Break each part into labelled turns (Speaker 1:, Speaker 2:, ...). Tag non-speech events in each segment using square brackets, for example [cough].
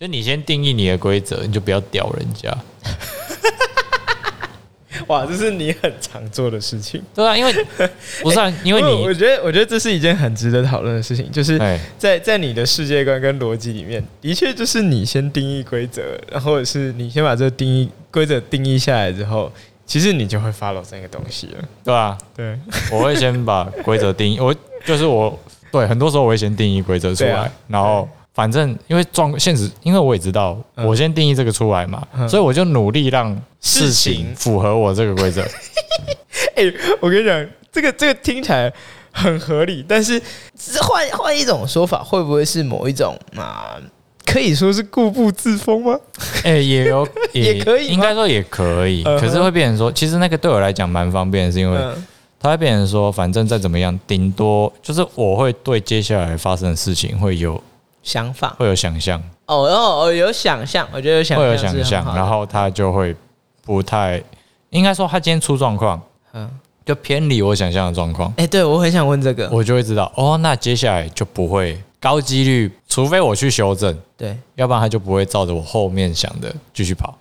Speaker 1: 就你先定义你的规则，你就不要屌人家。
Speaker 2: 哇，这是你很常做的事情。
Speaker 1: 对啊，
Speaker 2: [laughs]
Speaker 1: 因为不是啊，因为
Speaker 2: 哎我
Speaker 1: 你
Speaker 2: 觉得，我觉得这是一件很值得讨论的事情，就是
Speaker 1: 哎
Speaker 2: 在在你的世界观跟逻辑里面，的确就是你先定义规则，然后或者是你先把这个定义规则定义下来之后，其实你就会 follow 这个东西了。
Speaker 1: 对啊，
Speaker 2: 对， [laughs]
Speaker 1: 我会先把规则定义，我就是我对很多时候我会先定义规则出
Speaker 2: 对
Speaker 1: 来，
Speaker 2: 啊
Speaker 1: 然后反正因为状现实，因为我也知道、
Speaker 2: 嗯
Speaker 1: 我先定义这个出来嘛，
Speaker 2: 嗯
Speaker 1: 所以我就努力让事
Speaker 2: 事
Speaker 1: 情
Speaker 2: 情
Speaker 1: 符合我这个
Speaker 2: [laughs]
Speaker 1: 规则。
Speaker 2: 哎、我跟你讲，这个这个听起来很合理，但是只换换一种说法，会不会是某一种啊、可以说是固步自封吗？
Speaker 1: 哎、也有
Speaker 2: 也可以吗
Speaker 1: 应该说也可以，
Speaker 2: 嗯哼
Speaker 1: 可是会变成说，其实那个对我来讲蛮方便的，是因为
Speaker 2: 嗯，
Speaker 1: 它会变成说，反正再怎么样，顶多就是我会对接下来发生的事情会有
Speaker 2: 想法
Speaker 1: 会有想象，
Speaker 2: 哦哦哦，有想象，我觉得有想
Speaker 1: 会有
Speaker 2: 象
Speaker 1: 想
Speaker 2: 是
Speaker 1: 象
Speaker 2: 很好，的
Speaker 1: 然后他就会不太，应该说他今天出状况，
Speaker 2: 嗯。
Speaker 1: 就偏离我想象的状况，
Speaker 2: 哎、对我很想问这个，
Speaker 1: 我就会知道哦，那接下来就不会高几率，除非我去修正，
Speaker 2: 对，
Speaker 1: 要不然他就不会照着我后面想的继续跑。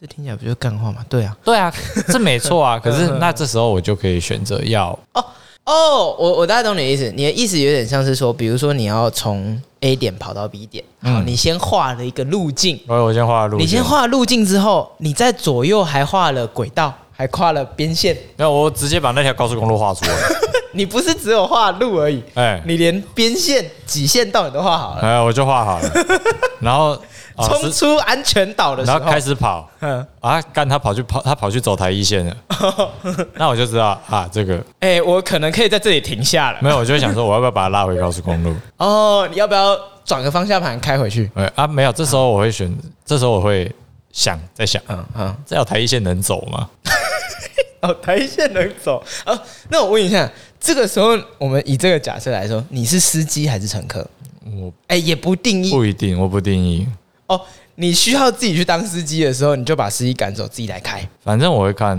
Speaker 2: 这听起来不就干话吗？对啊，
Speaker 1: 对啊，这没错
Speaker 2: [laughs]
Speaker 1: 啊。可是那这时候我就可以选择要
Speaker 2: 哦，我我大概懂你的意思，你的意思有点像是说，比如说你要从 A 点跑到 B 点，好，
Speaker 1: 嗯
Speaker 2: 你先画了一个路径，
Speaker 1: 我我先画路，
Speaker 2: 你先。画路径之后，你在左右还画了轨道，还画了边线， [laughs]
Speaker 1: 那我直接把那条高速公路画出来。
Speaker 2: 你不是只有画路而已，
Speaker 1: 哎
Speaker 2: 你连边线、几线道你都画好了，
Speaker 1: 哎，我就画好了，然后啊
Speaker 2: 冲
Speaker 1: 是
Speaker 2: 出安全岛的时
Speaker 1: 然后
Speaker 2: 候
Speaker 1: 开，始跑
Speaker 2: 嗯，
Speaker 1: 啊，干他跑去跑，他跑去走台一线了。那我就知道啊，这个
Speaker 2: 哎、我可能可以在这里停下了
Speaker 1: 没。有，我就会想说，我要不要把他拉回高速公路？
Speaker 2: 哦，你要不要转个方向盘开回去？
Speaker 1: 哎啊，没有，这时候我会选，这时候我会想在想，
Speaker 2: 嗯嗯。
Speaker 1: 这条台一线能走吗？
Speaker 2: [laughs] 哦，台线能走哦。那我问一下，这个时候我们以这个假设来说，你是司机还是乘客？
Speaker 1: 我
Speaker 2: 哎、也不定义
Speaker 1: 不一定，我不定义。
Speaker 2: 哦。你需要自己去当司机的时候，你就把司机赶走，自己来开。
Speaker 1: 反正我会看，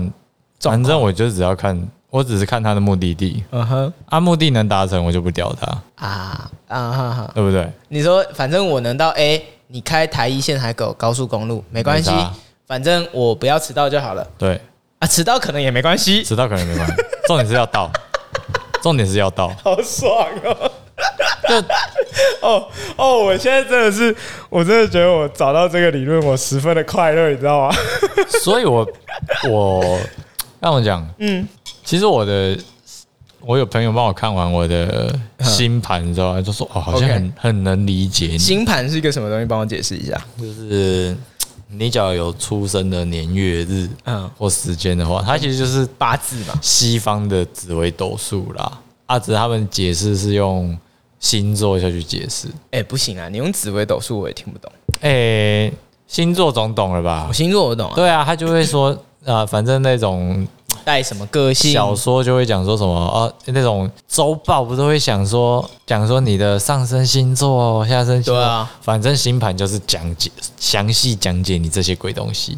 Speaker 1: 反正我就只要看，我只是看他的目的地，
Speaker 2: 嗯哼，
Speaker 1: 啊，目的能达成我就不屌他，
Speaker 2: 啊啊哈哈！
Speaker 1: 对不对？
Speaker 2: 你说，反正我能到 A，你开台一线还搞高速公路，没关系
Speaker 1: 没差，
Speaker 2: 反正我不要迟到就好了。
Speaker 1: 对，
Speaker 2: 啊，迟到可能也没关系，
Speaker 1: 迟到可能没关系，重点是要到，重点是要到。
Speaker 2: 好爽哦！ [laughs] 哦哦，我现在真的是，我真的觉得我找到这个理论，我十分的快乐，你知道吗？
Speaker 1: 所以我我让我讲，嗯，其实我的我有朋友帮我看完我的星盘，你知道吗？就说哦，好像
Speaker 2: OK
Speaker 1: 很很能理解你，
Speaker 2: 星盘是一个什么东西？帮我解释一下。
Speaker 1: 就是你只要有出生的年月日，
Speaker 2: 嗯
Speaker 1: 嗯，或时间的话，它其实就是
Speaker 2: 八字嘛。
Speaker 1: 西方的紫微斗数啦。啊，只是他们解释是用星座下去解释。
Speaker 2: 哎、不行啊，你用紫微斗数我也听不懂。
Speaker 1: 诶、星座总懂了吧
Speaker 2: 我？星座我懂啊，
Speaker 1: 对啊，他就会说，啊，反正那种
Speaker 2: 带什么个性？
Speaker 1: 小说就会讲说什么啊，那种周报不是会想说讲说你的上升星座、下升星座，
Speaker 2: 对啊
Speaker 1: 反正星盘就是讲解详细讲解你这些鬼东西，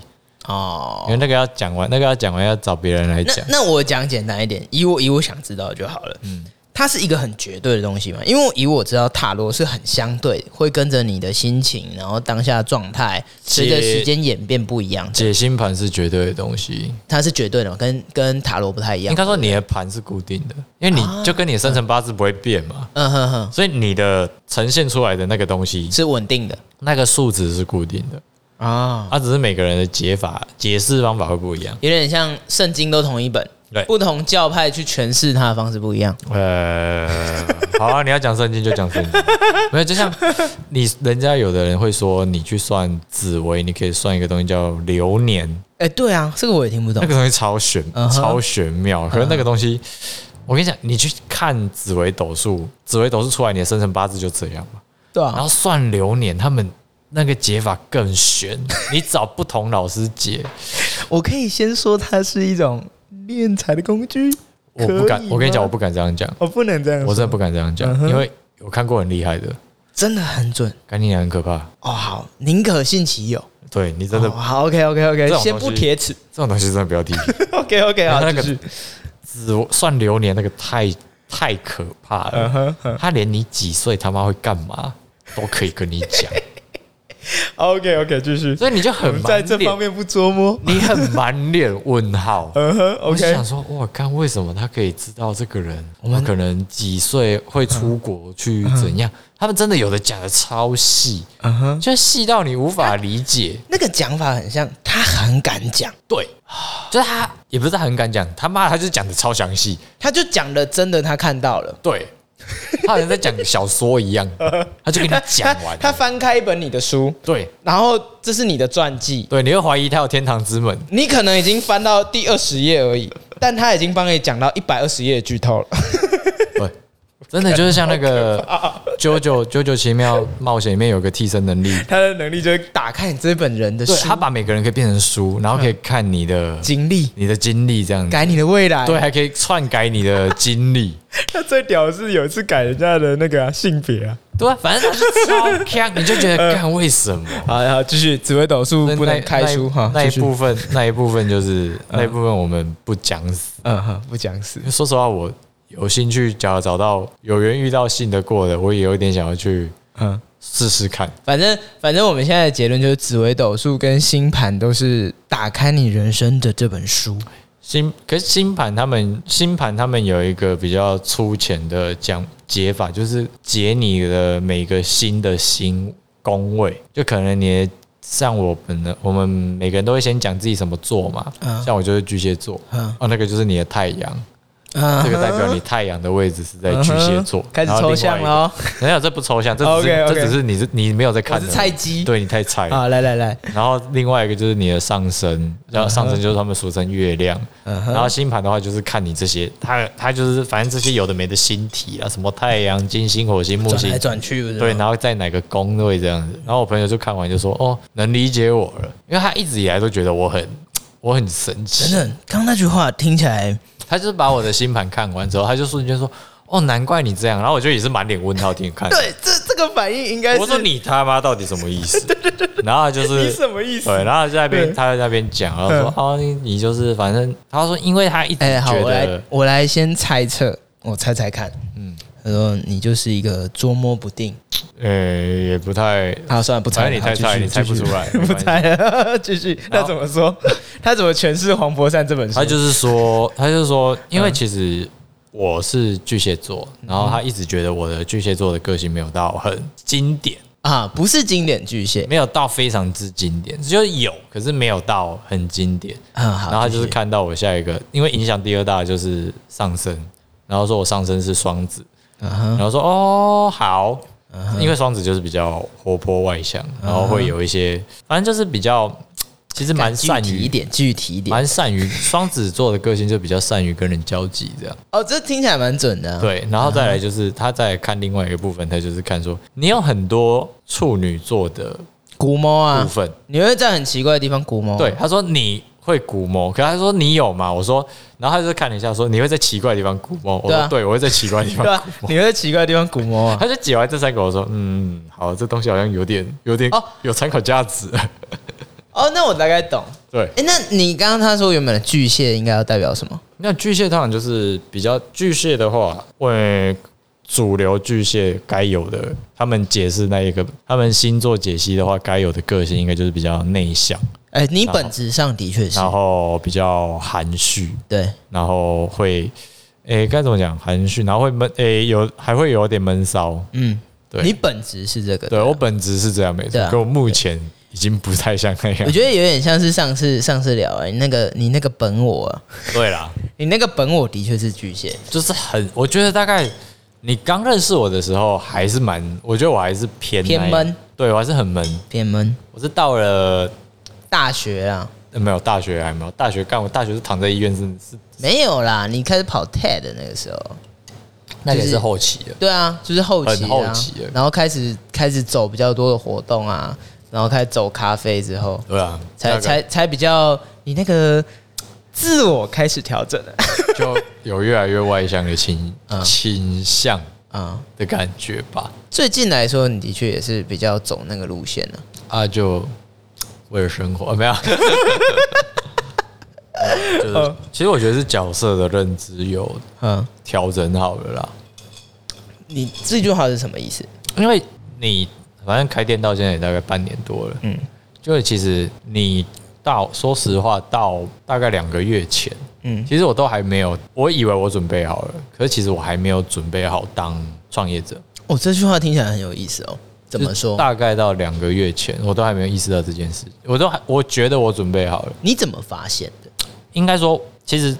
Speaker 1: 因
Speaker 2: 哦。
Speaker 1: 为那个要讲完，那个要讲完要找别人来
Speaker 2: 那
Speaker 1: 讲。
Speaker 2: 那我讲简单一点，以我以我想知道的就好了。嗯，它是一个很绝对的东西嘛，因为我以我知道塔罗是很相对的，会跟着你的心情，然后当下的状态，随着
Speaker 1: 解
Speaker 2: 时间演变不一样的。
Speaker 1: 解星盘是绝对的东西，
Speaker 2: 它是绝对的，跟跟塔罗不太一样
Speaker 1: 应。该说你的盘是固定的，因为
Speaker 2: 啊
Speaker 1: 你就跟你的生辰八字不会变嘛，
Speaker 2: 嗯哼哼，
Speaker 1: 所以你的呈现出来的那个东西，
Speaker 2: 是稳定的
Speaker 1: 那个数值是固定的，
Speaker 2: 啊，
Speaker 1: 它、只是每个人的解法、解释方法会不一样。
Speaker 2: 有点像圣经都同一本，
Speaker 1: 对
Speaker 2: 不同教派去诠释它的方式不一样。
Speaker 1: 呃，好
Speaker 2: [laughs]
Speaker 1: 啊，你要讲圣经就讲圣经，没有就像你人家有的人会说，你去算紫微，你可以算一个东西叫流年，
Speaker 2: 哎、对啊，这个我也听不懂
Speaker 1: 那。个东西超玄、
Speaker 2: 嗯哼嗯
Speaker 1: 超玄妙，可是那个东西。我跟你讲，你去看紫微斗数，紫微斗数出来，你的生辰八字就这样嘛。
Speaker 2: [laughs] 对啊
Speaker 1: 然后算流年，他们那个解法更
Speaker 2: [laughs]
Speaker 1: 玄，你找不同老师解，
Speaker 2: 我可以先说它是一种敛财的工具。
Speaker 1: 我不敢
Speaker 2: 可以。吗嗯
Speaker 1: 我跟你讲，我不敢这样讲，
Speaker 2: 我不能这样
Speaker 1: 我
Speaker 2: 说，
Speaker 1: 真的不敢这样讲，因为我看过很厉害的，
Speaker 2: 真的很准
Speaker 1: 干你娘很可怕。
Speaker 2: 哦。好，宁可信其有。
Speaker 1: 对你真的
Speaker 2: 哦好，OK OK
Speaker 1: 这
Speaker 2: OK，
Speaker 1: 种东西
Speaker 2: 先不铁齿。 [laughs]
Speaker 1: 这种东西真的不要提。
Speaker 2: OK OK 好，
Speaker 1: 那
Speaker 2: 继
Speaker 1: 个
Speaker 2: 续。
Speaker 1: 只算流年那个太太可嗯 [laughs] 怕了，他连你几岁他妈会干嘛都可以跟你讲。
Speaker 2: OK OK，继续。
Speaker 1: 所以你就很
Speaker 2: 我们在这
Speaker 1: 满
Speaker 2: 方
Speaker 1: 脸，
Speaker 2: 面不琢磨。
Speaker 1: 你很满脸问号。 [laughs]
Speaker 2: 嗯哼
Speaker 1: 我就
Speaker 2: ，OK，
Speaker 1: 想说，哇，看为什么他可以知道这个人，我
Speaker 2: 们
Speaker 1: 们嗯可能几岁会出国去怎样？他们真的有的讲的超细，
Speaker 2: 嗯哼，
Speaker 1: 就细到你无法理解。
Speaker 2: 那个讲法很像，他很敢讲，
Speaker 1: 对， [sighs] 就是他也不是很敢讲，他妈的他就是讲的超详细。
Speaker 2: 他就讲了真的，他看到了。
Speaker 1: 对，他好像在讲小说一 [laughs] 样，他就跟你讲
Speaker 2: 他
Speaker 1: 完
Speaker 2: [laughs] 他
Speaker 1: 了。
Speaker 2: 翻开一本你的书，
Speaker 1: 对
Speaker 2: 然后这是你的传记，
Speaker 1: 对，你会怀疑他有天堂之门。
Speaker 2: 你可能已经翻到第二十页而已，但他已经帮你讲到一百二十页的剧透了。
Speaker 1: 对，真的就是像那个《九九九九奇妙冒险》里面有个替身能力，
Speaker 2: 他的能力就是打开你这本人的
Speaker 1: 对嗯
Speaker 2: 书
Speaker 1: 他把每个人可以变成书，然后可以看你的
Speaker 2: 经历，
Speaker 1: 你的经历这样子。
Speaker 2: 改你的未来。
Speaker 1: 对，，还可以篡改你的经历。
Speaker 2: 他最屌的是有一次改人家的那个、性别啊。
Speaker 1: [laughs] 对啊，反正他是超强，你就觉得 [laughs] 干为什么？
Speaker 2: 好，然后继续紫微斗数
Speaker 1: 那
Speaker 2: 不能开书哈，
Speaker 1: 那一那一
Speaker 2: 继续
Speaker 1: 部分，那一部分就是那一部分我们不讲死。
Speaker 2: 嗯哼，不讲死
Speaker 1: 因为说实话，我有兴趣，假如找到有缘遇到信得过的，我也有点想要去
Speaker 2: 嗯。
Speaker 1: 试试看。
Speaker 2: 反正反正我们现在的结论就是紫微斗数跟星盘都是打开你人生的这本书。
Speaker 1: 星可是星盘他们星盘他们有一个比较粗浅的讲解法，就是解你的每个星的星宫位，就可能你的像我们的我们每个人都会先讲自己什么座嘛，
Speaker 2: 嗯
Speaker 1: 像我就是巨蟹座，
Speaker 2: 嗯
Speaker 1: 哦那个就是你的太阳，
Speaker 2: 嗯
Speaker 1: 这个代表你太阳的位置是在巨蟹座，
Speaker 2: 啊开始
Speaker 1: 然后另
Speaker 2: 抽
Speaker 1: 外
Speaker 2: 象
Speaker 1: 一个
Speaker 2: 了。哦。
Speaker 1: [laughs] 没有，这不抽象，这只是
Speaker 2: OK，OK
Speaker 1: 这只是你是你没有在看
Speaker 2: 我
Speaker 1: 而已，
Speaker 2: 是菜鸡。
Speaker 1: 对你太菜了。
Speaker 2: 啊，来来来，
Speaker 1: 然后另外一个就是你的上升，然后上
Speaker 2: 啊
Speaker 1: 升就是他们俗称月亮。
Speaker 2: 嗯
Speaker 1: 然
Speaker 2: 哼，
Speaker 1: 后星盘的话，就是看你这些，它它就是反正这些有的没的星体啊，什么太阳、金星、火星、木
Speaker 2: 转
Speaker 1: 星
Speaker 2: 来，转去，不哦是吗
Speaker 1: 对，然后在哪个宫位这样子。然后我朋友就看完就说：“哦，能理解我了，因为他一直以来都觉得我很我很神
Speaker 2: 等
Speaker 1: 奇。
Speaker 2: 等，刚刚那句话听起来，
Speaker 1: 他就是把我的星盘看完之后，他就瞬间说：‘哦，难怪你这样。’然后我就也是满脸问号听你看，
Speaker 2: 对，这这个反应应该是
Speaker 1: 我说你他妈到底什么意
Speaker 2: [laughs]
Speaker 1: 思？然后他就是
Speaker 2: 你什么意思？
Speaker 1: 对，然后就在那
Speaker 2: 对
Speaker 1: 边，他就在那边讲，然后说
Speaker 2: 嗯：“
Speaker 1: 哦，你你就是反正，他说，因为他一直
Speaker 2: 哎，好，
Speaker 1: 觉
Speaker 2: 我来
Speaker 1: 得，
Speaker 2: 我来先猜测，我猜猜看。嗯
Speaker 1: 嗯，
Speaker 2: 他说你就是一个捉摸不定。
Speaker 1: 呃、也不太，
Speaker 2: 好，算了，不猜
Speaker 1: 反正
Speaker 2: 了，
Speaker 1: 你太
Speaker 2: 好
Speaker 1: 菜，你猜不出，
Speaker 2: [laughs]
Speaker 1: 来，
Speaker 2: 继续
Speaker 1: 没
Speaker 2: 不
Speaker 1: 关系
Speaker 2: 猜了， [laughs] 继续。他怎么说？他怎么诠释黄渤善这本书？
Speaker 1: 他就是说，他就是说，因
Speaker 2: 嗯
Speaker 1: 为其实我是巨蟹座，然后他一直觉得我的巨蟹座的个性没有到很经典，
Speaker 2: 啊，不是经典巨蟹
Speaker 1: 没有到非常之经典，就是有，可是没有到很经典。
Speaker 2: 啊，好，
Speaker 1: 然后他就是
Speaker 2: 继续
Speaker 1: 看到我下一个，因为影响第二大的就是上升，然后说我上升是双子，
Speaker 2: 嗯哼
Speaker 1: 然后说哦好，因为双子就是比较活泼外向，
Speaker 2: 嗯
Speaker 1: 然后会有一些，反正就是比较，其实蛮
Speaker 2: 具
Speaker 1: 善
Speaker 2: 体一
Speaker 1: 于，
Speaker 2: 点，具体一点。
Speaker 1: 蛮善于双子座的个性就比较善于跟人交际这样。
Speaker 2: 哦，这听起来蛮准的啊。
Speaker 1: 对，然后再来就是他再看另外一个部分，他就是看说你有很多处女座的
Speaker 2: 古猫
Speaker 1: 部
Speaker 2: 啊，
Speaker 1: 分，
Speaker 2: 你会在很奇怪的地方古猫。啊
Speaker 1: 对，他说你。会鼓摸，可他说你有吗？我说，然后他就看了一下，说你会在奇怪的地方鼓摸。我
Speaker 2: 对
Speaker 1: 说
Speaker 2: 啊
Speaker 1: 对，我会在奇怪的地方 [laughs]
Speaker 2: [laughs] 对啊，你会在奇怪的地方古猫啊。
Speaker 1: 他就解完这三个，我说嗯，好，这东西好像有点有点
Speaker 2: 哦
Speaker 1: 有参考价值。 [laughs]
Speaker 2: 哦，那我大概懂。
Speaker 1: 对，
Speaker 2: 哎，那你刚刚他说原本的巨蟹应该要代表什么？
Speaker 1: 那巨蟹通常就是比较巨蟹的话，会呃主流巨蟹该有的，他们解释那一个，他们星座解析的话，该有的个性应该就是比较内向，
Speaker 2: 哎，你本质上的确是
Speaker 1: 然后比较含蓄，
Speaker 2: 对，
Speaker 1: 然后会。诶，该怎么讲？含蓄，然后会闷，诶，有还会有点闷骚。
Speaker 2: 嗯，
Speaker 1: 对
Speaker 2: 你本质是这个。
Speaker 1: 对我本质是这样，没错
Speaker 2: 啊对啊。
Speaker 1: 可我目前已经不太像那
Speaker 2: 我
Speaker 1: 样。
Speaker 2: 觉得有点像是上次上次聊啊，你那个你那个本我啊，
Speaker 1: 对啦，
Speaker 2: 你那个本我的确是巨蟹，
Speaker 1: 就是很，我觉得大概你刚认识我的时候还是蛮，我觉得我还是偏
Speaker 2: 偏
Speaker 1: 那一
Speaker 2: 闷，
Speaker 1: 对我还是很闷。
Speaker 2: 偏闷。
Speaker 1: 我是到了、
Speaker 2: 大学啊，
Speaker 1: 呃没有大学还没有大学干，我大学是躺在医院是是，
Speaker 2: 没有啦，你开始跑 TED 的那个时候，
Speaker 1: 那
Speaker 2: 个
Speaker 1: 也
Speaker 2: 是
Speaker 1: 是后期的。
Speaker 2: 对啊，就是后期、
Speaker 1: 很
Speaker 2: 啊，
Speaker 1: 后期耶
Speaker 2: 然后开始开始走比较多的活动啊，然后开始走咖啡之后，
Speaker 1: 对啊，
Speaker 2: 才
Speaker 1: 大概
Speaker 2: 才才比较你那个自我开始调整了
Speaker 1: 就有越来越外向的倾
Speaker 2: 嗯
Speaker 1: 倾向
Speaker 2: 啊。
Speaker 1: 的感觉吧。
Speaker 2: 最近来说，你的确也是比较走那个路线了、
Speaker 1: 啊，就为了生活、啊没有。 [laughs] 就是，其实我觉得是角色的认知有
Speaker 2: 嗯，
Speaker 1: 调整好了啦。
Speaker 2: 你这句话是什么意思？
Speaker 1: 因为你反正开店到现在也大概半年多了。
Speaker 2: 嗯
Speaker 1: 就是其实你到说实话，到大概两个月前，
Speaker 2: 嗯
Speaker 1: 其实我都还没有，我以为我准备好了，可是其实我还没有准备好当创业者。
Speaker 2: 哦，这句话听起来很有意思哦。怎么
Speaker 1: 就
Speaker 2: 说？
Speaker 1: 大概到两个月前，我都还没有意识到这件事，我都还我觉得我准备好了。
Speaker 2: 你怎么发现的？
Speaker 1: 应该说，其实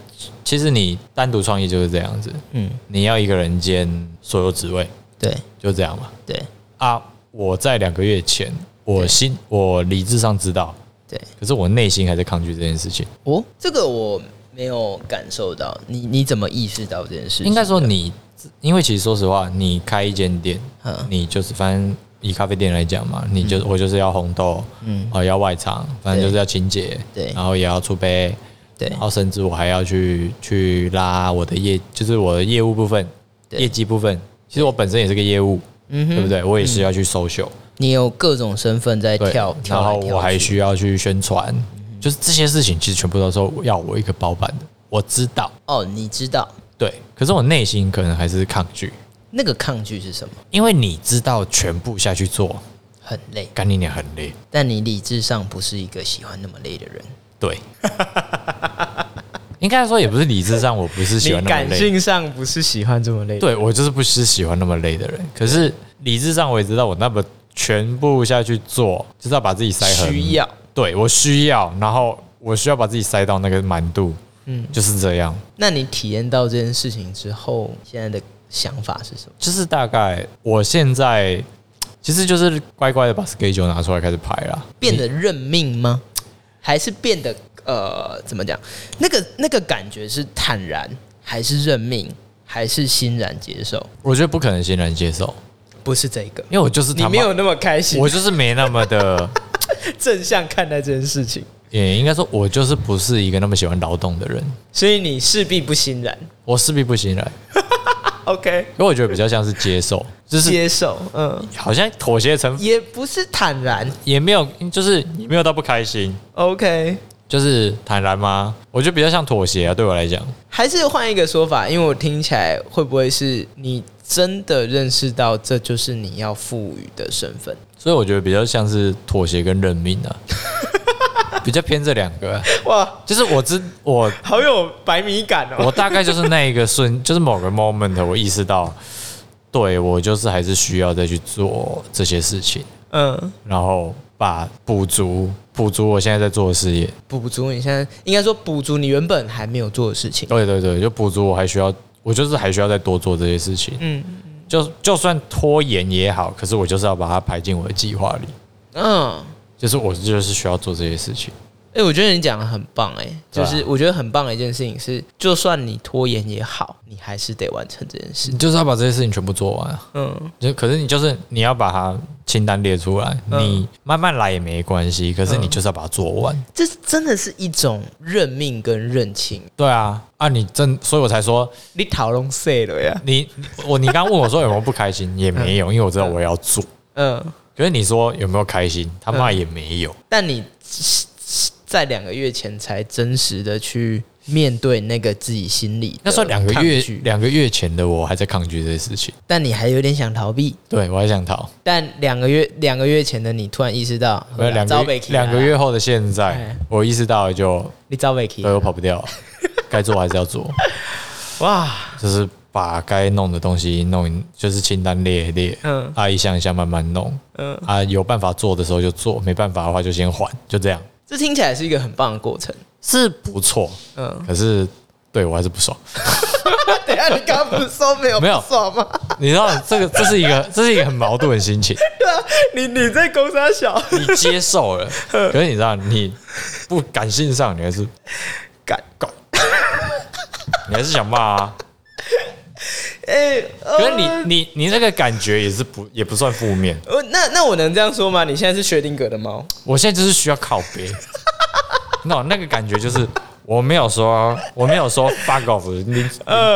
Speaker 1: 其实你单独创业就是这样子，
Speaker 2: 嗯，
Speaker 1: 你要一个人兼所有职位，
Speaker 2: 对
Speaker 1: 就这样嘛。
Speaker 2: 对
Speaker 1: 啊，我在两个月前，我
Speaker 2: 对
Speaker 1: 心我理智上知道，
Speaker 2: 对，
Speaker 1: 可是我内心还在抗拒这件事情。
Speaker 2: 哦，这个我没有感受到。你你怎么意识到这件事情？
Speaker 1: 应该说你，因为其实说实话，你开一间店，
Speaker 2: 嗯
Speaker 1: 你就是反正以咖啡店来讲嘛，你就、我就是要红豆，
Speaker 2: 嗯
Speaker 1: 呃，要外场，反正就是要清洁，
Speaker 2: 对
Speaker 1: 然后也要出杯，
Speaker 2: 对
Speaker 1: 然后甚至我还要去去拉我的业，就是我的业务部分，
Speaker 2: 对
Speaker 1: 业绩部分。其实我本身也是个业务，
Speaker 2: 嗯
Speaker 1: 对不对？我也是要去收秀，
Speaker 2: 你有各种身份在
Speaker 1: 对
Speaker 2: 跳，跳
Speaker 1: 然
Speaker 2: 来
Speaker 1: 后
Speaker 2: 跳
Speaker 1: 我还
Speaker 2: 去嗯
Speaker 1: 需要去宣传，就是这些事情其实全部都是要我一个包办的。我知道，
Speaker 2: 哦，你知道
Speaker 1: 对，可是我内心可能还是抗拒。
Speaker 2: 那个抗拒是什么？
Speaker 1: 因为你知道全部下去做，
Speaker 2: 很累，
Speaker 1: 干你娘很累。
Speaker 2: 但你理智上不是一个喜欢那么累的人。 [laughs]
Speaker 1: 对，应该说也不是理智上，我不是喜欢那么累。
Speaker 2: 上不是喜欢这么累，
Speaker 1: 对我就是不是喜欢那么累的人。可是理智上我也知道，我那么全部下去做，就是要把自己塞很
Speaker 2: 需。要。
Speaker 1: 对我需要，然后我需要把自己塞到那个满度，
Speaker 2: 嗯，
Speaker 1: 就是这样。
Speaker 2: 那你体验到这件事情之后，现在的想法是什么？
Speaker 1: 就是大概我现在其实就是乖乖的把 schedule 拿出来开始排啦。
Speaker 2: 变得认命吗？还是变得呃，怎么讲？那个那个感觉是坦然，还是认命，还是欣然接受？
Speaker 1: 我觉得不可能欣然接受，
Speaker 2: 不是这个，
Speaker 1: 因为我就是
Speaker 2: 你
Speaker 1: 他妈
Speaker 2: 没有那么开心，
Speaker 1: 我就是没那么的，
Speaker 2: 正向看待这件事情，
Speaker 1: 也应该说，我就是不是一个那么喜欢劳动的人，
Speaker 2: 所以你势必不欣然。
Speaker 1: 我势必不行来，
Speaker 2: OK，
Speaker 1: 因为我觉得比较像是接受，就是
Speaker 2: 接受，嗯，
Speaker 1: 好像妥协成
Speaker 2: 也不是坦然。
Speaker 1: 也没有，就是你没有到不开心，
Speaker 2: OK，
Speaker 1: 就是坦然吗？我觉得比较像妥协啊，对我来讲，
Speaker 2: 还是换一个说法，因为我听起来会不会是你真的认识到这就是你要赋予的身份？
Speaker 1: 所以我觉得比较像是妥协跟认命 [laughs] 啊，比较偏这两个啊，
Speaker 2: 哇，
Speaker 1: 就是我知我
Speaker 2: 好有百米感哦！
Speaker 1: 我大概就是那一个瞬， [laughs] 就是某个 moment，我意识到，对我就是还是需要再去做这些事情。
Speaker 2: 嗯，
Speaker 1: 然后把补足补足我现在在做的事业。
Speaker 2: 补足你现在应该说补足你原本还没有做的事情。
Speaker 1: 对对对，就补足我还需要，我就是还需要再多做这些事情。
Speaker 2: 嗯
Speaker 1: 就就算拖延也好，可是我就是要把它排进我的计划里。
Speaker 2: 嗯，
Speaker 1: 就是我就是需要做这些事情。
Speaker 2: 哎、我觉得你讲的很棒、哎，
Speaker 1: 对
Speaker 2: 就
Speaker 1: 啊
Speaker 2: 是我觉得很棒的一件事情是，就算你拖延也好，你还是得完成这件事
Speaker 1: 你。就是要把这些事情全部做完啊！
Speaker 2: 嗯
Speaker 1: 就可是你就是你要把它清单列出来，
Speaker 2: 嗯
Speaker 1: 你慢慢来也没关系，可是你
Speaker 2: 嗯
Speaker 1: 就是要把它做完。
Speaker 2: 这真的是一种认命跟认清。
Speaker 1: 对啊，啊你真，所以我才说
Speaker 2: 你讨论碎了呀？
Speaker 1: 你我你刚问我说有没有不开心，也没有，因为我知道我要做。
Speaker 2: 嗯，
Speaker 1: 可是你说有没有开心？他妈也没有。
Speaker 2: 但你在两个月前才真实的去面对那个自己心里。
Speaker 1: 那时候两个月，两个月前的我还在抗拒这些事情，
Speaker 2: 但你还有点想逃避。
Speaker 1: 对我还想逃。
Speaker 2: 但两个月两个月前的你突然意识到，哎
Speaker 1: 没有两
Speaker 2: 招
Speaker 1: 个
Speaker 2: 北
Speaker 1: 月
Speaker 2: 啊起来
Speaker 1: 两个月，后的现在
Speaker 2: 哎，
Speaker 1: 我意识到了就
Speaker 2: 你招北起
Speaker 1: 对我跑不掉了，该做还是要
Speaker 2: [laughs]
Speaker 1: 做，
Speaker 2: 哇，
Speaker 1: 就是把该弄的东西弄一，就是清单列一列，
Speaker 2: 嗯
Speaker 1: 啊一项一项慢慢弄，
Speaker 2: 嗯，
Speaker 1: 啊有办法做的时候就做，没办法的话就先缓，就这样
Speaker 2: 这听起来是一个很棒的过程。
Speaker 1: 是不错，
Speaker 2: 嗯，
Speaker 1: 可是对我还是不爽。
Speaker 2: [laughs] 等一下你刚刚不是说没有
Speaker 1: 没有
Speaker 2: 不爽吗？ [laughs]
Speaker 1: 你知道这个这是一个这是一个很矛盾的心情，
Speaker 2: 啊你你在攻杀小
Speaker 1: 你接受了，
Speaker 2: 嗯
Speaker 1: 可是你知道你不感性上你还是
Speaker 2: 干
Speaker 1: 搞，你还是想骂啊？
Speaker 2: 哎，
Speaker 1: 可
Speaker 2: 可
Speaker 1: 是你你你那个感觉也是不也不算负面，
Speaker 2: 呃，那那我能这样说吗？你现在是薛定谔的猫，
Speaker 1: 我现在就是需要靠背。 [laughs] 那那个感觉就是我没有说我没有说 fuck off，你你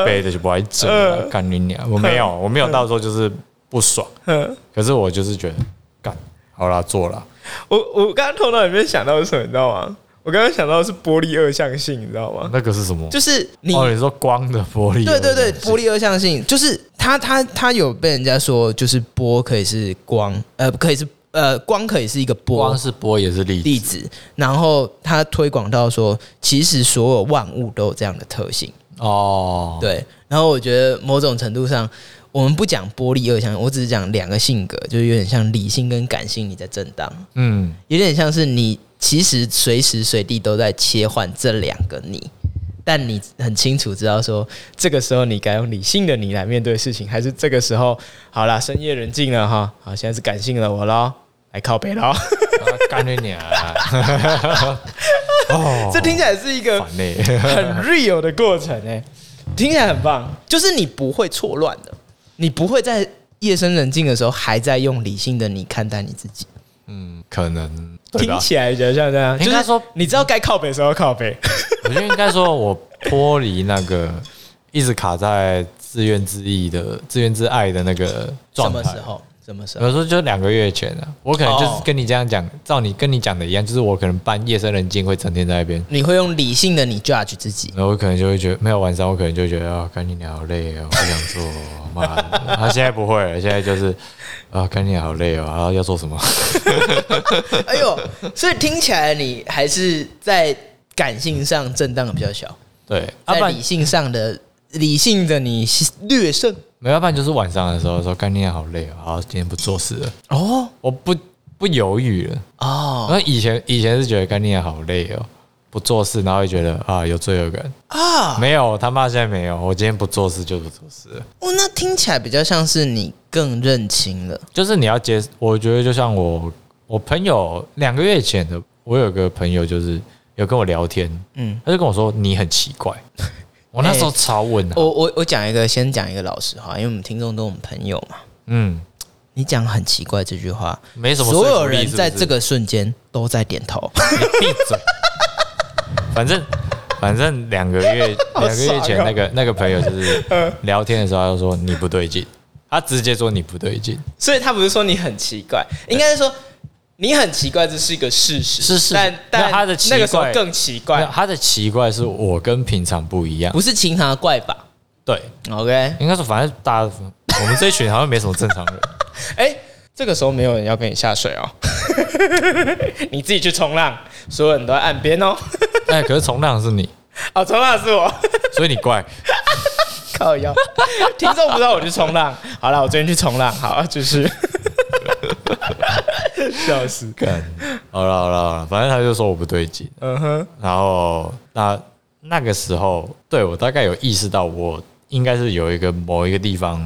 Speaker 1: 背的就不爱整
Speaker 2: 呃
Speaker 1: 了，干你娘！我没有我没有到时候就是不爽，
Speaker 2: 嗯，
Speaker 1: 可是我就是觉得干好啦，做啦。
Speaker 2: 我我刚刚头脑里面想到的是什么，你知道吗？我刚刚想到的是玻璃二象性，你知道吗？
Speaker 1: 那个是什么？
Speaker 2: 就是你
Speaker 1: 哦，你说光的玻璃？
Speaker 2: 对对对，玻
Speaker 1: 璃。
Speaker 2: 璃二象性就是它它它有被人家说，就是波可以是光，呃，可以是呃光可以是一个波
Speaker 1: 光是波也是粒子
Speaker 2: 粒子，然后它推广到说，其实所有万物都有这样的特性，
Speaker 1: 哦，
Speaker 2: 对。然后我觉得某种程度上，我们不讲玻璃二象性，我只是讲两个性格，就是有点像理性跟感性你在震荡，
Speaker 1: 嗯，
Speaker 2: 有点像是你其实随时随地都在切换这两个你，但你很清楚知道说，这个时候你该用理性的你来面对事情，还是这个时候好啦，深夜人静了哈，好，现在是感性了我喽，来靠背喽。
Speaker 1: 啊干你娘！哦，
Speaker 2: [laughs] 这听起来是一个
Speaker 1: 烦欸嘞。
Speaker 2: 很 real 的过程哎、听起来很棒，就是你不会错乱的，你不会在夜深人静的时候还在用理性的你看待你自己。
Speaker 1: 嗯，可能对
Speaker 2: 听
Speaker 1: 吧？
Speaker 2: 起来比较像这样，
Speaker 1: 应该说
Speaker 2: 就是你知道该靠北的时候靠北，
Speaker 1: 我觉得应该说，我脱离那个一直卡在自怨自艾的自怨自艾的那个
Speaker 2: 什
Speaker 1: 状
Speaker 2: 么
Speaker 1: 态。
Speaker 2: 时候？什么时候？
Speaker 1: 有时候就两个月前啊，我可能就是
Speaker 2: 哦
Speaker 1: 跟你这样讲，照你跟你讲的一样，就是我可能半夜深人静会整天在那边，
Speaker 2: 你会用理性的你 judge 自己，
Speaker 1: 然后我可能就会觉得没有晚上，我可能就会觉得啊，干你娘好累哦，不想做哦，妈的。他、现在不会了，现在就是啊，干你娘好累哦，然、后要做什么？
Speaker 2: [laughs]
Speaker 1: [laughs]
Speaker 2: 哎呦，所以听起来你还是在感性上震荡的比较小，
Speaker 1: 对，要不
Speaker 2: 在
Speaker 1: 然
Speaker 2: 理性上的理性的你是略胜
Speaker 1: 没有，要不然就是晚上的时候说干你娘好累哦，好，今天不做事了，
Speaker 2: 哦
Speaker 1: 我不不犹豫了。然
Speaker 2: 哦
Speaker 1: 后以前以前是觉得干你娘好累哦，不做事，然后会觉得啊有罪恶感。
Speaker 2: 啊
Speaker 1: 没有，他妈现在没有，我今天不做事就不做事了。
Speaker 2: 哦，那听起来比较像是你更认清了
Speaker 1: 就是你要接，我觉得就像我我朋友两个月前的，我有个朋友就是有跟我聊天，
Speaker 2: 嗯
Speaker 1: 嗯，他就跟我说你很奇
Speaker 2: [laughs]
Speaker 1: 怪，我那时候超问啊，
Speaker 2: 我我我讲一个，先讲一个老实话，因为我们听众都我们朋友嘛。
Speaker 1: 嗯，
Speaker 2: 你讲很奇怪这句话，
Speaker 1: 没什么说服
Speaker 2: 所
Speaker 1: 力
Speaker 2: 有人在
Speaker 1: 是不是
Speaker 2: 这个瞬间都在点头。
Speaker 1: 闭嘴， [laughs] 反正反正两个月
Speaker 2: [laughs] 好爽哦
Speaker 1: 两
Speaker 2: 嗯
Speaker 1: 个月前那个那个朋友
Speaker 2: [laughs]
Speaker 1: 就是聊天的时候，他就说你不对劲，他直接说你不对劲，
Speaker 2: 所以他不是说你很奇怪，应该是说你很奇怪，这是一个事实。
Speaker 1: 是事实
Speaker 2: 但但
Speaker 1: 那他的奇怪
Speaker 2: 那个时候更奇
Speaker 1: 没有
Speaker 2: 怪，
Speaker 1: 他的奇怪是我跟平常不一样，
Speaker 2: 不是情堂的怪吧
Speaker 1: 对，
Speaker 2: ？OK，哎、
Speaker 1: 应该说反正大家我们这一群好像没什么正常
Speaker 2: [laughs]
Speaker 1: 人。
Speaker 2: 哎这个时候没有人要跟你下水 [laughs] 哦，你自己去冲浪，所有人都在岸边 [laughs] 哦。
Speaker 1: 哎，可是冲浪是你，
Speaker 2: 哦，冲浪是我，
Speaker 1: 所以你怪。
Speaker 2: [laughs] 靠腰。听众不知道我去冲浪，好了，我昨天去冲浪，好，就是笑死。
Speaker 1: 干，好了好了好了，反正他就说我不对劲。
Speaker 2: 嗯哼，
Speaker 1: 然后那那个时候，对我大概有意识到，我应该是有一个某一个地方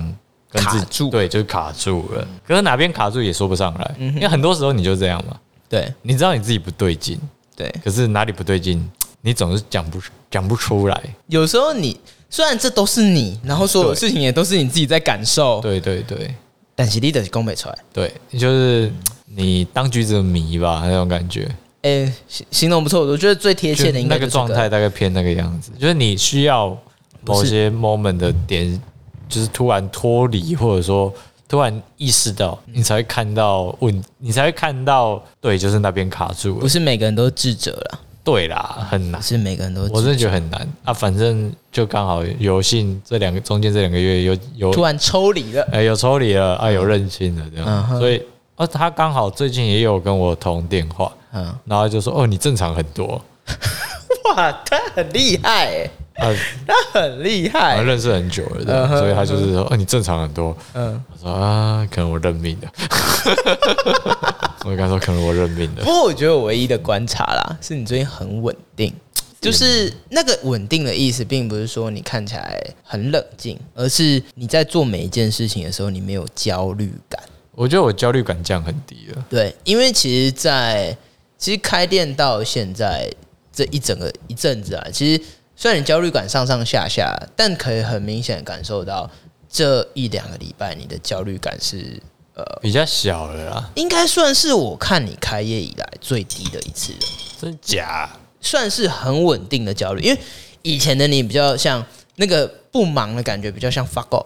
Speaker 1: 跟自己
Speaker 2: 卡住嗯
Speaker 1: 对，就是卡住了。可是哪边卡住也说不上来，因为很多时候你就这样嘛，
Speaker 2: 对
Speaker 1: 你知道你自己不对劲，
Speaker 2: 对，
Speaker 1: 可是哪里不对劲，你总是讲不讲不出来。
Speaker 2: 有时候你虽然这都是你，然后所有
Speaker 1: 对
Speaker 2: 事情也都是你自己在感受，
Speaker 1: 对对对
Speaker 2: 但是你就是讲不出来。
Speaker 1: 对，就是你当局者迷吧那种感觉。
Speaker 2: 哎、形形容不错，我觉得最贴
Speaker 1: 就
Speaker 2: 切的应该
Speaker 1: 那
Speaker 2: 就是
Speaker 1: 个
Speaker 2: 这
Speaker 1: 状态，大概偏那个样子，就是你需要某些 moment 的点，就是突然脱离，或者说突然意识到，你才会看到问，你才会看到，对，就是那边卡住
Speaker 2: 不
Speaker 1: 了，
Speaker 2: 是每个人都智者了，
Speaker 1: 对啦，很难
Speaker 2: 不，是每个人都
Speaker 1: 我
Speaker 2: 智
Speaker 1: 真的觉得很难啊。反正就刚好有幸这两个中间这两个月有
Speaker 2: 突
Speaker 1: 有
Speaker 2: 然抽离了。
Speaker 1: 哎有抽离了啊，有认清了这
Speaker 2: 嗯哼
Speaker 1: 样，所以啊他刚好最近也有跟我通电话，
Speaker 2: 嗯，
Speaker 1: 然后就说哦你正常很多
Speaker 2: [laughs] 哇，他很厉害、欸，
Speaker 1: 啊。
Speaker 2: 他很厉
Speaker 1: 然后
Speaker 2: 害。
Speaker 1: 认识很久了，这
Speaker 2: 哎嗯
Speaker 1: 样
Speaker 2: 哼
Speaker 1: 所以他就是说，哦，你正常很多。
Speaker 2: 嗯，
Speaker 1: 我说啊，可能我认命了。 [laughs] 我跟他说，可能我认命
Speaker 2: 不
Speaker 1: 了。
Speaker 2: 过我觉得我唯一的观察啦，是你最近很稳定。就是那个稳定的意思，并不是说你看起来很冷静，而是你在做每一件事情的时候，你没有焦虑感。
Speaker 1: 我觉得我焦虑感降很低了。
Speaker 2: 对，因为其实在，其实开店到现在这一整个一阵子啊，其实虽然你焦虑感上上下下，但可以很明显地感受到这一两个礼拜你的焦虑感是，
Speaker 1: 比较小了啦，
Speaker 2: 应该算是我看你开业以来最低的一次了，
Speaker 1: 真假？
Speaker 2: 算是很稳定的焦虑。因为以前的你比较像那个不忙的感觉，比较像 fuck off，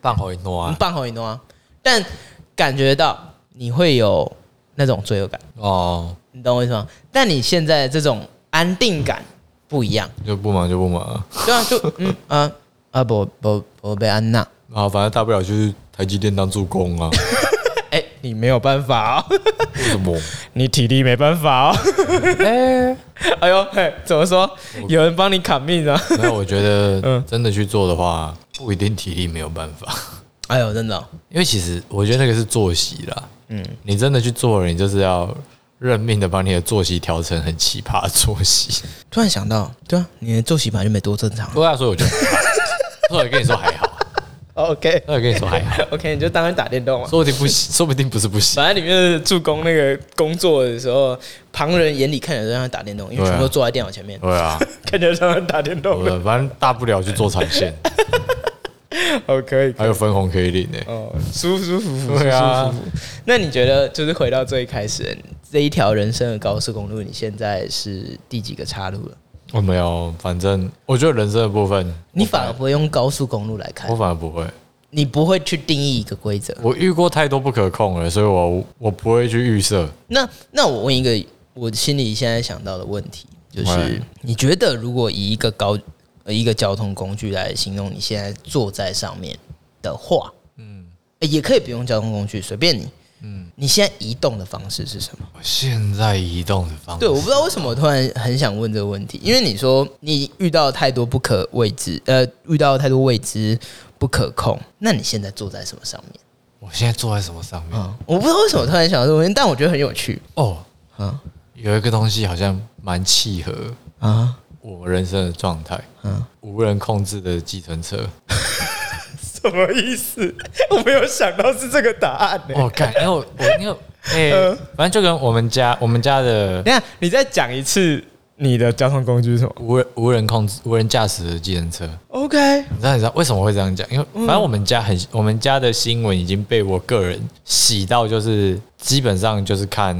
Speaker 1: 半回诺
Speaker 2: 我们
Speaker 1: 啊，
Speaker 2: 半红一诺啊，但感觉到你会有那种罪恶感，
Speaker 1: 哦，
Speaker 2: 你懂我意思吗？但你现在这种安定感不一样，
Speaker 1: 就不忙就不忙啊，
Speaker 2: 对啊， [laughs] 就嗯啊啊不不不被安娜，
Speaker 1: 然后反正大不了就是台积电当助攻啊，
Speaker 2: 哎、你没有办法哦，
Speaker 1: 为什么？
Speaker 2: [laughs] 你体力没办 [laughs] 法哦，
Speaker 1: 哎，
Speaker 2: 哎呦嘿，怎么说？有人帮你砍命啊？
Speaker 1: 那我觉得真的去做的话，不一定体力没有办法，
Speaker 2: [laughs] 哎呦，真的哦、
Speaker 1: 因为其实我觉得那个是作息啦，嗯，你真的去做了，你就是要认命的把你的作息调成很奇葩的作息。
Speaker 2: 突然想到，对啊，你的作息本来就没多正常。
Speaker 1: 不过所以我觉得，所以我跟你说还好，
Speaker 2: OK
Speaker 1: 所以我跟你说还
Speaker 2: [laughs]
Speaker 1: 好，
Speaker 2: OK，你就当然打电动嘛。啊
Speaker 1: 说不定不行，说不定不是不行。
Speaker 2: 反正你们助攻那个工作的时候，旁人眼里看着让他打电动，因为
Speaker 1: 对啊
Speaker 2: 全部都坐在电脑前面，
Speaker 1: 对啊，
Speaker 2: 看着让他打电动的。
Speaker 1: 我啊反正大不了去做产线，
Speaker 2: [laughs] 哦，可以，可
Speaker 1: 还
Speaker 2: 以
Speaker 1: 有分红可以领诶、欸
Speaker 2: [laughs] 哦，舒舒服服，
Speaker 1: 对啊
Speaker 2: 舒舒服服。那你觉得，就是回到最开始这一条人生的高速公路，你现在是第几个岔路了？
Speaker 1: 我哦没有，反正我觉得人生的部分，
Speaker 2: 你反而不会用高速公路来看
Speaker 1: 我，反而不会。
Speaker 2: 你不会去定义一个规则。
Speaker 1: 我遇过太多不可控了，所以我我不会去预设。
Speaker 2: 那那我问一个我心里现在想到的问题，就是
Speaker 1: 喂
Speaker 2: 你觉得如果以一个高呃一个交通工具来形容你现在坐在上面的话，嗯，也可以不用交通工具，随便你。嗯，你现在移动的方式是什么？
Speaker 1: 我现在移动的方式，
Speaker 2: 对，我不知道为什么我突然很想问这个问题，因为你说你遇到太多不可未知，呃，遇到太多未知不可控，那你现在坐在什么上面？
Speaker 1: 我现在坐在什么上面？
Speaker 2: 嗯，我不知道为什么我突然想到这个问题，但我觉得很有趣。
Speaker 1: 哦，
Speaker 2: 嗯
Speaker 1: 有一个东西好像蛮契合
Speaker 2: 啊，
Speaker 1: 我人生的状态，
Speaker 2: 嗯。
Speaker 1: 无人控制的计程车。
Speaker 2: [laughs] 什么意思？我没有想到是这个答案欸呢、
Speaker 1: 我哦干，因为我我因为哎、反正就跟我们家我们家的
Speaker 2: 等一下，你再讲一次你的交通工具是什么
Speaker 1: 无人无人控制无人驾驶的计程车，
Speaker 2: ？OK，
Speaker 1: 你知道你知道为什么会这样讲？因为反正我们家很，我们家的新闻已经被我个人洗到，就是基本上就是看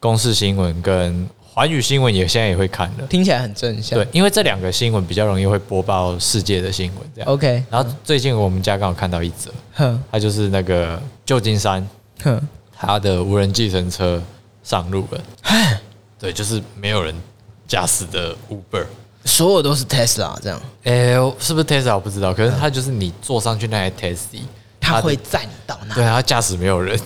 Speaker 1: 公视新闻跟环宇新闻也现在也会看了。
Speaker 2: 听起来很正向。
Speaker 1: 对，因为这两个新闻比较容易会播报世界的新闻这样。
Speaker 2: ，OK，
Speaker 1: 然后最近我们家刚好看到一则，
Speaker 2: 哼
Speaker 1: 它就是那个旧金山
Speaker 2: 哼，
Speaker 1: 它的无人计程车上路了，对，就是没有人驾驶的 Uber。
Speaker 2: 所有都是 Tesla 这样，
Speaker 1: 哎、是不是 Tesla 我不知道，可是它就是你坐上去那台 Tesla，
Speaker 2: 它
Speaker 1: 的
Speaker 2: 会载你到那。
Speaker 1: 对，它驾驶没有人，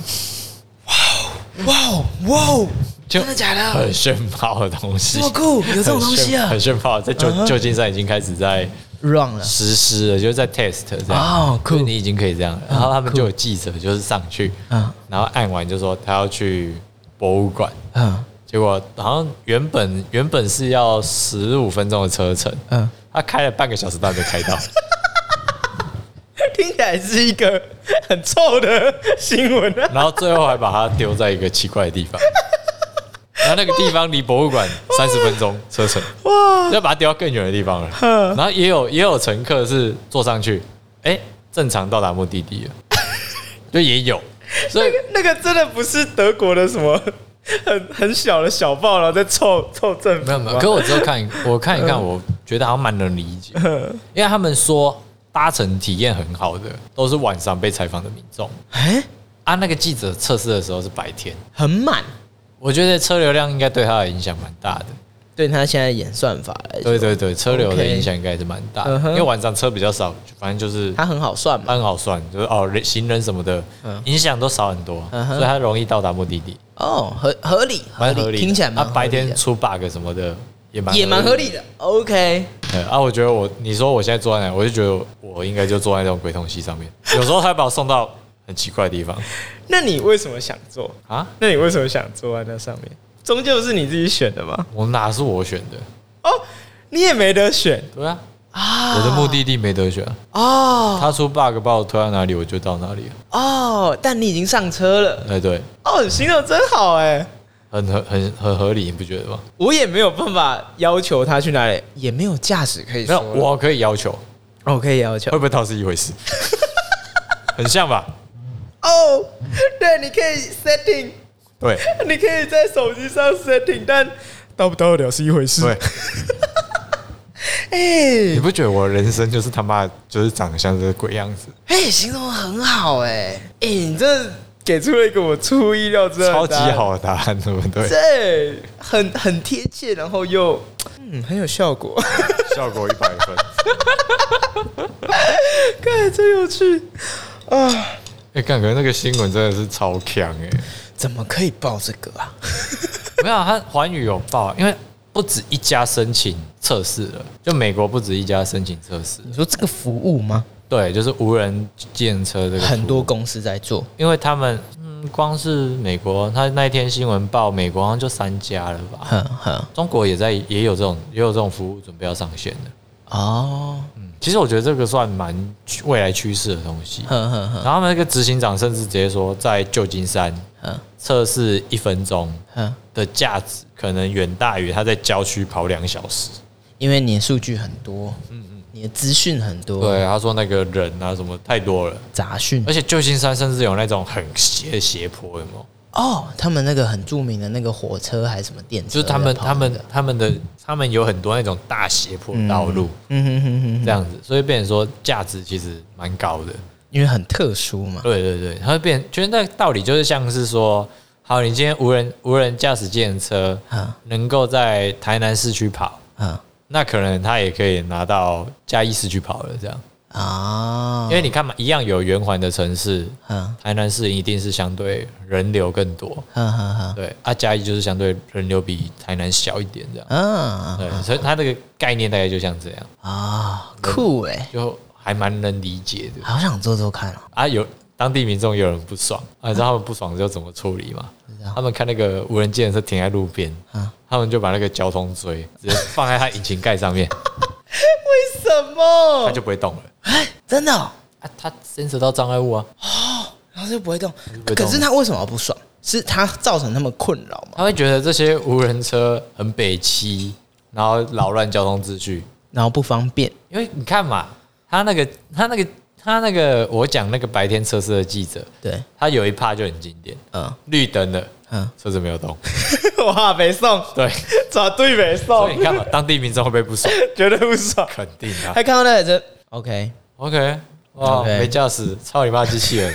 Speaker 2: 哇哦哇哦，
Speaker 1: 就
Speaker 2: 真的假的
Speaker 1: 很炫炮的东西，
Speaker 2: 这么酷，有这种东西啊
Speaker 1: 很炫很炫炮，在旧、旧金山已经开始在
Speaker 2: ！Run 了，
Speaker 1: 实施了，就是在 test 这样，
Speaker 2: 哦酷
Speaker 1: 就是你已经可以这样了。然后他们就有记者就是上去，
Speaker 2: 嗯
Speaker 1: 然后按完就说他要去博物馆，
Speaker 2: 嗯
Speaker 1: 结果好像原本原本是要十五分钟的车程，
Speaker 2: 嗯，
Speaker 1: 他开了半个小时半没开到， [laughs]
Speaker 2: 听起来是一个很臭的新闻啊！
Speaker 1: 然后最后还把它丢在一个奇怪的地方。然后那个地方离博物馆三十分钟车程，
Speaker 2: 哇，嗯
Speaker 1: 要把它丢到更远的地方了。然后也有也有乘客是坐上去，哎，正常到达目的地了，就也有。所以
Speaker 2: 那个真的不是德国的什么很很小的小报，然后在臭臭政府啊
Speaker 1: 没有没有，
Speaker 2: 吗
Speaker 1: 可我只有
Speaker 2: [laughs]
Speaker 1: 看，我看一看，
Speaker 2: 嗯
Speaker 1: 我觉得好像蛮能理解，因为他们说搭乘体验很好的都是晚上被采访的民众
Speaker 2: 哎、
Speaker 1: 啊。那个记者测试的时候是白天，
Speaker 2: 很满。
Speaker 1: 我觉得车流量应该对他的影响蛮大的。
Speaker 2: 对他现在演算法哎来说，
Speaker 1: 对对对，车流的
Speaker 2: OK
Speaker 1: 影响应该是蛮大的
Speaker 2: 嗯哼嗯
Speaker 1: 因为晚上车比较少，反正就是
Speaker 2: 他很好算嘛。
Speaker 1: 它很好算，就是哦，人行人什么的影响都少很多，
Speaker 2: 嗯嗯哼
Speaker 1: 所以它容易到达目的地，
Speaker 2: 哦，合合理，合
Speaker 1: 蛮
Speaker 2: 理，
Speaker 1: 合理的。
Speaker 2: 听起来
Speaker 1: 啊
Speaker 2: 蛮合理的
Speaker 1: 白天出 bug 什么的也蛮
Speaker 2: 也蛮合理的。OK，
Speaker 1: 对啊，我觉得我你说我现在坐在哪，我就觉得我应该就坐在那种鬼东西上面。 [laughs] 有时候他会把我送到很奇怪的地方
Speaker 2: 那你为什么想做？
Speaker 1: 啊，
Speaker 2: 那你为什么想坐在那上面？终究是你自己选的嘛。
Speaker 1: 我哪是我选的？
Speaker 2: 哦，你也没得选
Speaker 1: 对啊，
Speaker 2: 啊。
Speaker 1: 我的目的地没得选啊，
Speaker 2: 哦
Speaker 1: 他出 bug 把我推到哪里，我就到哪里了。
Speaker 2: 哦，但你已经上车了。
Speaker 1: 哎，对，
Speaker 2: 哦，你行动真好哎。
Speaker 1: 很合很很合理，你不觉得吗？
Speaker 2: 我也没有办法要求他去哪里，也没有驾驶可以
Speaker 1: 没
Speaker 2: 说
Speaker 1: 有，
Speaker 2: 了。
Speaker 1: 我可以要求，
Speaker 2: 我可以要求
Speaker 1: 会。不会到是一回事， [laughs] 很像吧？
Speaker 2: 哦，对，你可以 setting。
Speaker 1: [laughs] 对
Speaker 2: 你可以在手机上 setting，但到不到得了是一回事
Speaker 1: 对，
Speaker 2: 哎
Speaker 1: 你不觉得我人生就是他妈就是长得像这个鬼样子？
Speaker 2: 欸哎，形容得很好哎、哎、你这给出了一个我出乎意料之外的
Speaker 1: 超级
Speaker 2: 答案，
Speaker 1: 好的答案，对不对？
Speaker 2: 这很很贴切，然后又嗯很有效果， [laughs]
Speaker 1: 效果一百分。
Speaker 2: 看真有趣啊！
Speaker 1: 哎，感觉那个新闻真的是超强哎、
Speaker 2: 怎么可以报这个啊？
Speaker 1: [laughs] 没有啊，他环宇有报，啊因为不止一家申请测试了，就美国不止一家申请测试，
Speaker 2: 你说这个服务吗？
Speaker 1: 对，就是无人建车这个
Speaker 2: 很多
Speaker 1: 服务，
Speaker 2: 公司在做，
Speaker 1: 因为他们嗯，光是美国，他那一天新闻报美国好像就三家了吧，
Speaker 2: 哼哼
Speaker 1: 中国也在也有这种也有这种服务准备要上线的，
Speaker 2: 哦，
Speaker 1: 嗯，其实我觉得这个算蛮趋未来趋势的东西。
Speaker 2: 哼哼
Speaker 1: 然
Speaker 2: 哼
Speaker 1: 后他们那个执行长甚至直接说，在旧金山
Speaker 2: 哼
Speaker 1: 测试一分钟
Speaker 2: 哼，
Speaker 1: 的价值，可能远大于他在郊区跑两小时。
Speaker 2: 因为你的数据很多，嗯嗯，你的资讯很多，
Speaker 1: 对，他哎说那个人啊什么太多了，
Speaker 2: 杂讯
Speaker 1: 而且旧金山甚至有那种很斜的斜坡，有没有？
Speaker 2: 哦，他们那个很著名的那个火车还是什么电车
Speaker 1: 就是
Speaker 2: 在
Speaker 1: 他
Speaker 2: 跑
Speaker 1: 们
Speaker 2: 那个，
Speaker 1: 他们他们的他们有很多那种大斜坡的道路、
Speaker 2: 嗯哼哼哼哼，
Speaker 1: 这样子，所以变成说价值其实蛮高的。
Speaker 2: 因为很特殊嘛，
Speaker 1: 对对对，它会变，就是那个道理就是像是说，好，你今天无人无人驾驶电车
Speaker 2: 啊
Speaker 1: 能够在台南市区跑，
Speaker 2: 啊
Speaker 1: 那可能他也可以拿到嘉义市区跑了，这样，
Speaker 2: 啊，
Speaker 1: 因为你看嘛，一样有圆环的城市，
Speaker 2: 哼
Speaker 1: 台南市一定是相对人流更多，
Speaker 2: 哼哼哼
Speaker 1: 对，啊，嘉义就是相对人流比台南小一点这样，
Speaker 2: 啊
Speaker 1: 对，所以它这个概念大概就像这样，
Speaker 2: 啊，酷哎，
Speaker 1: 就还蛮能理解的
Speaker 2: 好想做做看哦，
Speaker 1: 啊。有当地民众也有人不爽，啊，你知道他们不爽就怎么处理吗？
Speaker 2: 知道
Speaker 1: 他们看那个无人机车停在路边，
Speaker 2: 啊，
Speaker 1: 他们就把那个交通锥直接放在它引擎盖
Speaker 2: [laughs]
Speaker 1: 上面，
Speaker 2: 什么
Speaker 1: 它就不会动了。
Speaker 2: 真的、哦，
Speaker 1: 啊，它牵扯到障碍物啊，
Speaker 2: 然后就不会动。
Speaker 1: 不会动
Speaker 2: 可是他为什么不爽？是他造成他们困扰吗？
Speaker 1: 他会觉得这些无人车很北欺，然后扰乱交通秩序。
Speaker 2: 然后不方便
Speaker 1: 因为你看嘛，他那个他那个他那个我讲那个白天测试的记者，
Speaker 2: 对，
Speaker 1: 他有一趴就很经典，
Speaker 2: 嗯
Speaker 1: 绿灯了，
Speaker 2: 嗯，
Speaker 1: 车子没有动，
Speaker 2: [laughs] 哇，北宋
Speaker 1: 对，
Speaker 2: 找对北
Speaker 1: 所
Speaker 2: 宋
Speaker 1: 以你看嘛，当地民众会不会不爽？
Speaker 2: 绝对不爽。
Speaker 1: 肯定
Speaker 2: [laughs]
Speaker 1: 啊
Speaker 2: 还看到那个人，OK，
Speaker 1: ，OK，哇，
Speaker 2: OK
Speaker 1: 没驾驶，操你妈机器
Speaker 2: [laughs]
Speaker 1: 人！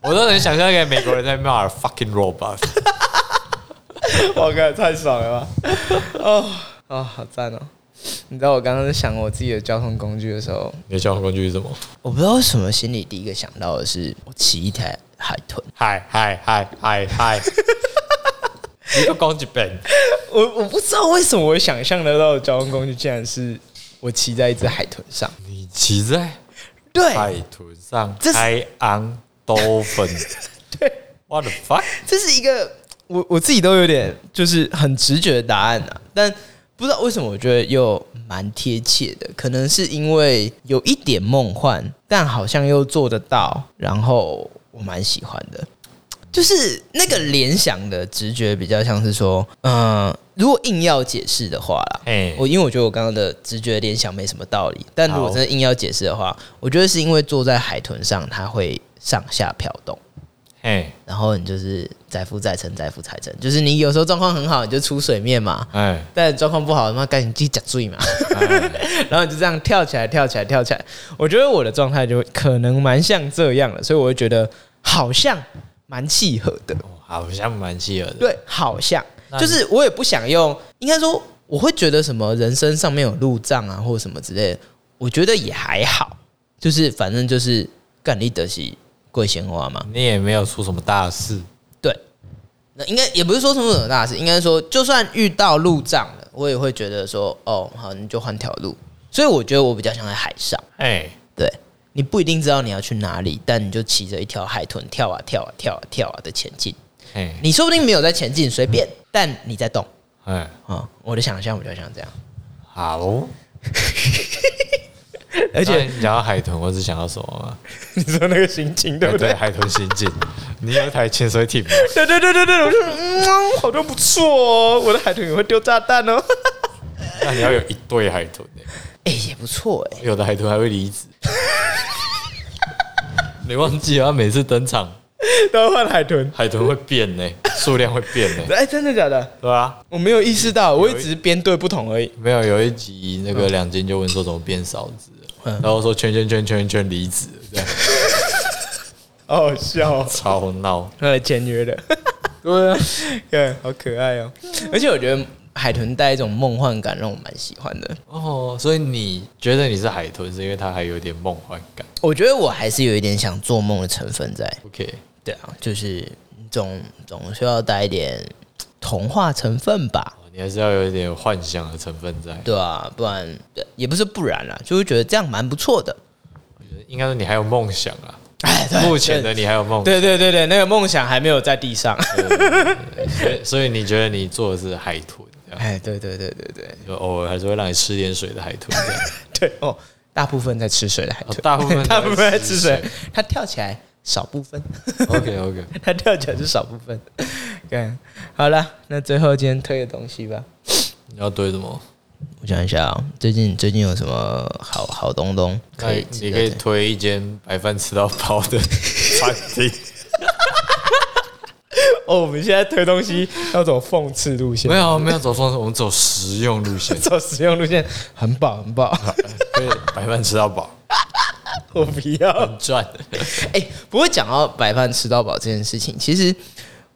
Speaker 1: 我都能想象一个美国人在骂 fucking robot，
Speaker 2: 我靠，太爽了吧！哦哦，好赞哦！你知道我刚刚在想我自己的交通工具的时候，
Speaker 1: 你的交通工具是什么？
Speaker 2: 我不知道为什么心里第一个想到的是我骑一台海豚。
Speaker 1: 嗨嗨嗨嗨嗨！ [laughs] 你又讲一遍，
Speaker 2: 我我不知道为什么我想象得到的交通工具竟然是我骑在一只海豚上。
Speaker 1: 你骑在
Speaker 2: 对，
Speaker 1: 海豚上
Speaker 2: 这是
Speaker 1: 开昂多芬，
Speaker 2: [laughs] 对
Speaker 1: ，what the fuck？
Speaker 2: [laughs] 这是一个我我自己都有点就是很直觉的答案啊，但不知道为什么我觉得又蛮贴切的，可能是因为有一点梦幻，但好像又做得到，然后我蛮喜欢的。就是那个联想的直觉比较像是说，嗯、如果硬要解释的话啦，
Speaker 1: 哎
Speaker 2: 我因为我觉得我刚刚的直觉联想没什么道理，但如果
Speaker 1: 好
Speaker 2: 真的硬要解释的话，我觉得是因为坐在海豚上，它会上下飘动。
Speaker 1: 哎
Speaker 2: 然后你就是载浮载沉，载浮载沉，就是你有时候状况很好，你就出水面嘛；
Speaker 1: 哎
Speaker 2: 但状况不好，他妈赶紧自己夹醉嘛。 [laughs] 然后你就这样跳起来，跳起来，跳起来。我觉得我的状态就可能蛮像这样的，所以我会觉得好像蛮契合的。
Speaker 1: 哦 [laughs] 好像蛮契合的。
Speaker 2: 对，好像
Speaker 1: 那你
Speaker 2: 就是我也不想用，应该说我会觉得什么人生上面有路障啊，或什么之类的，我觉得也还好，就是反正就是干力德西贵鲜花嘛。
Speaker 1: 你也没有出什么大事，
Speaker 2: 对，那应该也不是说什么什么大事，应该说就算遇到路障了，我也会觉得说，哦，好，你就换条路。所以我觉得我比较像在海上，
Speaker 1: 哎，
Speaker 2: 对你不一定知道你要去哪里，但你就骑着一条海豚跳啊跳啊跳啊跳啊的前进。
Speaker 1: 哎
Speaker 2: 你说不定没有在前进，随便，但你在动
Speaker 1: 哎，
Speaker 2: 啊、我的想象比较像这样，
Speaker 1: 好。
Speaker 2: 而
Speaker 1: 那你想要海豚，我是想要什么吗？
Speaker 2: 你说那个心情
Speaker 1: 哎对，？海豚刑警，你有一台潜水
Speaker 2: [laughs]
Speaker 1: 艇吗？
Speaker 2: 对对对对对，我就嗯，好像不错哦，我的海豚也会丢炸弹哦。
Speaker 1: 那你要有一对海豚欸
Speaker 2: 哎、也不错哎、
Speaker 1: 有的海豚还会离职。你忘记了，它每次登场，
Speaker 2: [laughs] 都要换海豚。
Speaker 1: 海豚会变呢，数量会变呢，
Speaker 2: 哎、真的假的？
Speaker 1: 对吧？
Speaker 2: 我没有意识到，我一一直编队不同而已。
Speaker 1: 没有，有一集那个两金就问说嗯 [laughs] 怎么变少子了，然后说圈圈圈圈圈离子了，这样
Speaker 2: 好好笑、哦，
Speaker 1: 超闹。
Speaker 2: 他来签约的，
Speaker 1: 对啊，
Speaker 2: 对， [laughs] 好可爱哦。而且我觉得海豚带一种梦幻感，让我蛮喜欢的。
Speaker 1: 哦，所以你觉得你是海豚，是因为它还有点梦幻感。
Speaker 2: 我觉得我还是有一点想做梦的成分在。
Speaker 1: OK，
Speaker 2: 对啊，就是总总需要带一点童话成分吧。
Speaker 1: 哦你还是要有一点幻想的成分在。
Speaker 2: 对啊，不然对也不是不然啦，就会觉得这样蛮不错的。
Speaker 1: 应该说你还有梦想 [laughs] 啊。
Speaker 2: 哎，对
Speaker 1: 目前的你还有梦，
Speaker 2: [laughs] 对对对对，那个梦想还没有在地 [laughs] 上。
Speaker 1: 所以 [laughs] 所以你觉得你做的是海豚，这样
Speaker 2: 哎，对对对对对
Speaker 1: 就偶尔还是会让你吃点水的海豚， [laughs] 这样
Speaker 2: [laughs] 对哦，大部分在吃水的海
Speaker 1: 哦
Speaker 2: 豚，
Speaker 1: 大部
Speaker 2: [laughs]
Speaker 1: 分
Speaker 2: 大部分在吃水
Speaker 1: 水。，
Speaker 2: 它跳起来少部分， [laughs]
Speaker 1: OK OK，
Speaker 2: 它跳起来是少部分。对，好了，那最后今天推的东西吧，
Speaker 1: 你要对什么？
Speaker 2: 我想一下啊、最近最近有什么好好东东可以
Speaker 1: 那
Speaker 2: 值
Speaker 1: 哎你
Speaker 2: 得
Speaker 1: 可以
Speaker 2: 推
Speaker 1: 推一间白饭吃到饱 [laughs] 的餐厅，
Speaker 2: 哦，我们现在推东西要走讽刺路线 [laughs]
Speaker 1: 没，有没有走风，我们走实用路 [laughs] 线，
Speaker 2: 走实用路线，很饱很饱， [laughs]
Speaker 1: 可以白饭吃到饱，
Speaker 2: 我不要。
Speaker 1: 很赚。
Speaker 2: 哎、不过讲到白饭吃到饱这件事情，其实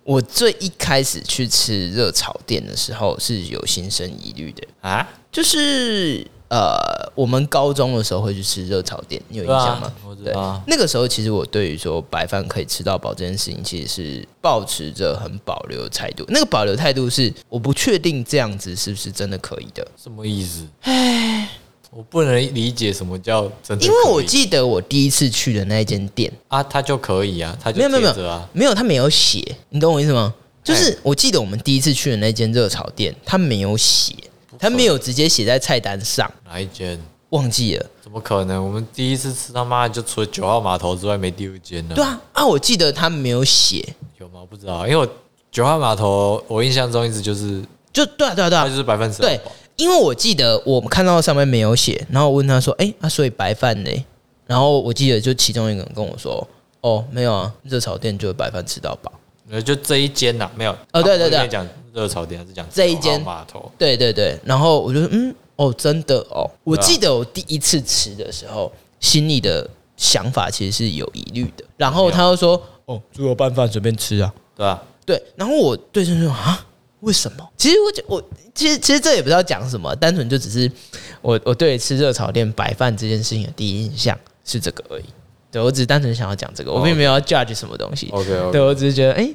Speaker 2: 我最一开始去吃热炒店的时候是有心生疑虑的，
Speaker 1: [laughs] 啊？
Speaker 2: 就是呃，我们高中的时候会去吃热炒店，你有印
Speaker 1: 对啊
Speaker 2: 象吗？
Speaker 1: 我知
Speaker 2: 对
Speaker 1: 道啊，
Speaker 2: 那个时候其实我对于说白饭可以吃到饱这件事情，其实是保持着很保留的态度。那个保留态度是，我不确定这样子是不是真的可以的，
Speaker 1: 什么意思？哎，我不能理解什么叫真的可以，
Speaker 2: 因为我记得我第一次去的那一间店，
Speaker 1: 啊，他就可以啊，他就
Speaker 2: 没有没有没
Speaker 1: 贴
Speaker 2: 有
Speaker 1: 着啊，哎
Speaker 2: 没有，他没有写，你懂我意思吗？就是我记得我们第一次去的那间热炒店，他没有写，他没有直接写在菜单上，
Speaker 1: 哪一间？
Speaker 2: 忘记了。
Speaker 1: 怎么可能？我们第一次吃他妈的就除了九号码头之外没第二间呢。
Speaker 2: 对啊，啊，我记得他没有写，
Speaker 1: 有吗？我不知道，因为我九号码头，我印象中一直就是
Speaker 2: 就对啊，对啊，对
Speaker 1: 它
Speaker 2: 啊
Speaker 1: 就，是百分之
Speaker 2: 对，因为我记得我看到上面没有写，然后我问他说：“哎、啊，所以白饭嘞？”然后我记得就其中一个人跟我说：“哦，没有啊，热炒店就白饭吃到饱。
Speaker 1: 呃，就这一间呐，没有。
Speaker 2: 哦对对对
Speaker 1: 他们讲热炒店还是讲
Speaker 2: 这一间
Speaker 1: 九号码头？”
Speaker 2: 对对对，然后我就说嗯，哦，真的哦，我记得我第一次吃的时候，心里的想法其实是有疑虑的。然后他又说：“哦，猪肉拌饭随便吃啊。”
Speaker 1: 对吧？
Speaker 2: 对，然后我对着说啊，为什么？其实我觉我其实其实这也不知道讲什么，单纯就只是我我对吃热炒店白饭这件事情的第一印象是这个而已。对我只是单纯想要讲这个，我并没有要 judge 什么东西。
Speaker 1: OK，OK
Speaker 2: 对我只是觉得，哎、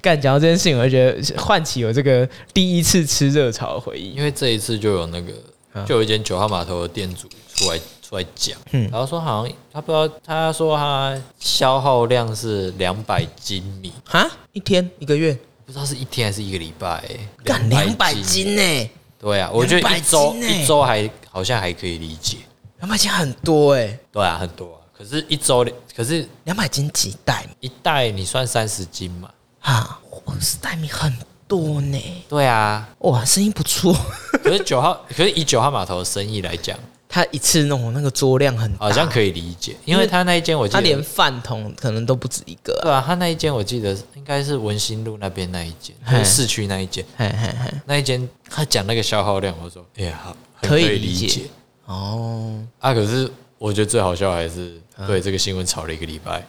Speaker 2: 干讲到这件事情，我就觉得唤起我这个第一次吃热炒的回忆。
Speaker 1: 因为这一次就有那个，
Speaker 2: 啊
Speaker 1: 就有一间九号码头的店主出来出来讲，
Speaker 2: 嗯
Speaker 1: 然后说好像他不知道，他说他消耗量是两百斤米，
Speaker 2: 哈，一天一个月
Speaker 1: 不知道是一天还是一个礼拜、欸，
Speaker 2: 干两百
Speaker 1: 200。
Speaker 2: 斤呢、
Speaker 1: 对啊，我觉得一周、
Speaker 2: 200斤欸
Speaker 1: 一周还好像还可以理解，
Speaker 2: 两百斤很多哎、
Speaker 1: 对啊，很多啊。可是，一周可是
Speaker 2: 两百斤几袋米
Speaker 1: 一袋你算三十斤嘛？
Speaker 2: 啊？哇是袋米很多呢、
Speaker 1: 对啊，
Speaker 2: 哇，生意不错。
Speaker 1: 可是九号，可是以九号码头的生意来讲，
Speaker 2: 他一次弄那个桌量很大，
Speaker 1: 好像可以理解，因为他那一间我记
Speaker 2: 啊他
Speaker 1: 得，
Speaker 2: 连饭桶可能都不止一个、啊。
Speaker 1: 对啊，他那一间我记得应该是文心路那边那一间，
Speaker 2: 嘿
Speaker 1: 就是市区那一间，
Speaker 2: 嘿嘿嘿，
Speaker 1: 那一间他讲那个消耗量，我说哎呀，好很
Speaker 2: 可以
Speaker 1: 以
Speaker 2: 理
Speaker 1: 理
Speaker 2: 解哦，
Speaker 1: 啊。可是我觉得最好笑还是
Speaker 2: 嗯
Speaker 1: 对这个新闻吵了一个礼拜，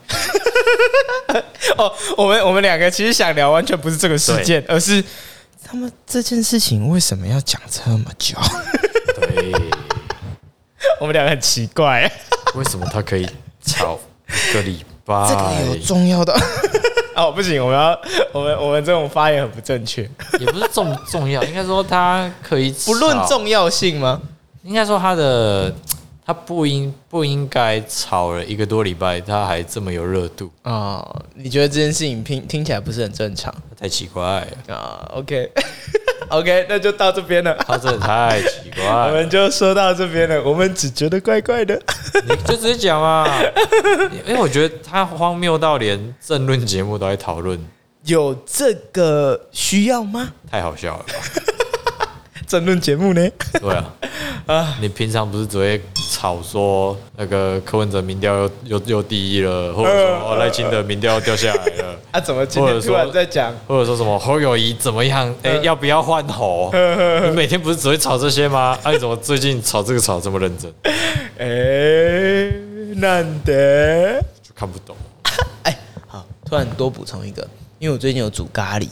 Speaker 2: 哦，我们我们两个其实想聊完全不是这个事件，而是他们这件事情为什么要讲这么久？
Speaker 1: 对，
Speaker 2: [laughs] 我们两个很奇怪、
Speaker 1: 为什么他可以吵一个礼拜？
Speaker 2: [laughs] 这个有重要的 [laughs] 哦，不行，我们要我们我们这种发言很不正确，
Speaker 1: 也不是重重要，应该说他可以
Speaker 2: 不论
Speaker 1: 吵
Speaker 2: 重要性吗？
Speaker 1: 应该说他的他不应不应该炒了一个多礼拜，他还这么有热度，
Speaker 2: 哦，你觉得这件事情听听起来不是很正常
Speaker 1: 太奇怪了，
Speaker 2: 啊？OK [laughs] OK，那就到这边了。
Speaker 1: 他真的太奇怪
Speaker 2: [laughs] 我
Speaker 1: 了。
Speaker 2: 们就说到这边了，我们只觉得怪怪的。
Speaker 1: 你 [laughs] 就直接讲嘛，因为我觉得他荒谬到连政论节目都在讨论，
Speaker 2: [laughs] 有这个需要吗？
Speaker 1: 太好笑了吧？
Speaker 2: 争论节目呢？
Speaker 1: 对啊，啊，你平常不是只会吵说那个柯文哲民调又又又第一了，或者说哦赖清德民调掉下来了。
Speaker 2: [laughs] 啊，怎么今天突然在讲？
Speaker 1: 或者说什么侯友谊怎么样？哎、要不要换侯？你每天不是只会吵这些吗？哎、你怎么最近吵这个吵这么认真？
Speaker 2: 哎，难得。
Speaker 1: 就看不懂。
Speaker 2: 哎，突然多补充一个，因为我最近有煮咖喱，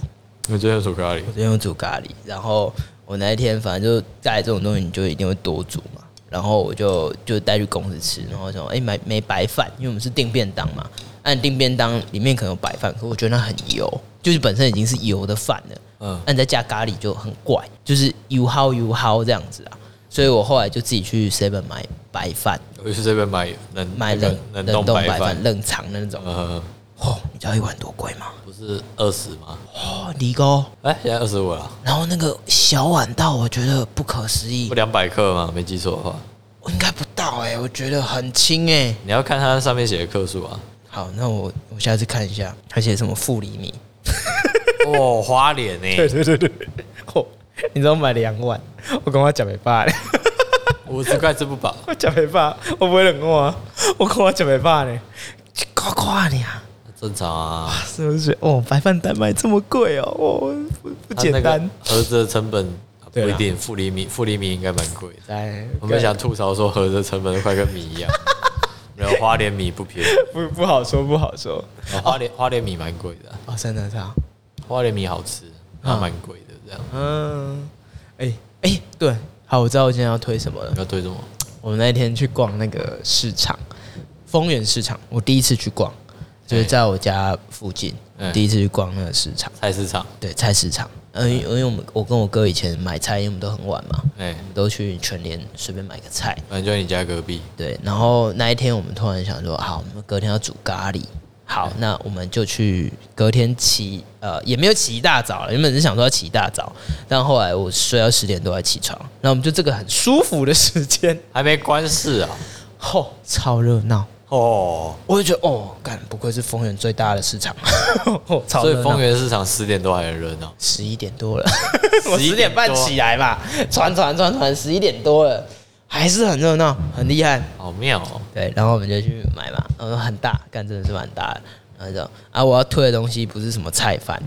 Speaker 1: 你最近煮咖喱
Speaker 2: 我最近有煮咖喱，然后我那一天反正就带来这种东西，你就一定会多煮嘛。然后我就就带去公司吃，然后想哎、诶买没白饭，因为我们是订便当嘛，按订便当里面可能有白饭，可我觉得它很油，就是本身已经是油的饭了，
Speaker 1: 嗯
Speaker 2: 嗯，但再加咖喱就很怪，就是油耗油耗这样子啊。所以我后来就自己去 Seven 买白饭，
Speaker 1: 我去这边买冷
Speaker 2: 买
Speaker 1: 那
Speaker 2: 冷
Speaker 1: 个冷
Speaker 2: 冷冻
Speaker 1: 冻白
Speaker 2: 白
Speaker 1: 饭
Speaker 2: 饭，，冷藏的那种。
Speaker 1: 呃，
Speaker 2: 哦，你知道一碗多贵吗？
Speaker 1: 不是二十吗？
Speaker 2: 哦，离高。
Speaker 1: 哎，现在二十五了，
Speaker 2: 然后那个小碗到，我觉得不可思议
Speaker 1: 不，两百克吗？没记错的话，
Speaker 2: 我应该不到哎、我觉得很轻哎、
Speaker 1: 你要看它上面写的克数啊。
Speaker 2: 好，那我我下次看一下，他写什么负厘米？
Speaker 1: 哦，花脸 [laughs] 呢？
Speaker 2: 对对对，哦，你知道我买两碗，我跟我讲没办嘞，
Speaker 1: 五十块吃不饱，
Speaker 2: 我讲没办，我不会冷过啊，我跟我讲没办嘞，夸夸你啊！
Speaker 1: 正常啊。 [laughs]
Speaker 2: 是不是？哦，白饭蛋卖这么贵哦，哦，不不
Speaker 1: 它
Speaker 2: 简
Speaker 1: 那个
Speaker 2: 单。
Speaker 1: 盒子的成本不
Speaker 2: 对啊
Speaker 1: 一定，负厘米负厘米应该蛮贵的。
Speaker 2: 哎，
Speaker 1: 我们想吐槽说盒子的成本都快跟米一样， [laughs] 没有花莲米不便宜，
Speaker 2: 不不好说，不好说。
Speaker 1: 哦花莲花莲米蛮贵的啊，
Speaker 2: 哦，真的是啊，
Speaker 1: 花莲米好吃，它蛮贵的。这样
Speaker 2: 嗯，哎、哎、对，好，我知道我今天要推什么了
Speaker 1: 你。要推什么？
Speaker 2: 我们那天去逛那个市场，丰原市场，我第一次去逛，就是在我家附近，
Speaker 1: 嗯
Speaker 2: 第一次去逛那个市场，
Speaker 1: 菜市场，
Speaker 2: 对菜市场。嗯，因为因为我们我跟我哥以前买菜，因为我们都很晚嘛，
Speaker 1: 哎
Speaker 2: 我，们都去全联随便买个菜。
Speaker 1: 反正就在你家隔壁。
Speaker 2: 对，然后那一天我们突然想说，好，我们隔天要煮咖喱。好，那我们就去隔天起，呃，也没有起一大早了，原本是想说要起一大早，但后来我睡到十点多才起床，那我们就这个很舒服的时间，
Speaker 1: 还没关市啊？
Speaker 2: 吼、超热闹。
Speaker 1: 哦，
Speaker 2: 我就觉得哦，干不愧是丰原最大的市场， [laughs] 超
Speaker 1: 所
Speaker 2: 热
Speaker 1: 以
Speaker 2: 闹
Speaker 1: 丰原市场十点多还很热闹。
Speaker 2: 十一点多了， [laughs] 我
Speaker 1: 11
Speaker 2: 十点半起来吧，传传传传，十一点多了，还是很热闹，很厉害。
Speaker 1: 好妙哦！
Speaker 2: 对，然后我们就去买嘛，嗯，很大，干真的是蛮大的。然后就啊，我要推的东西不是什么菜饭，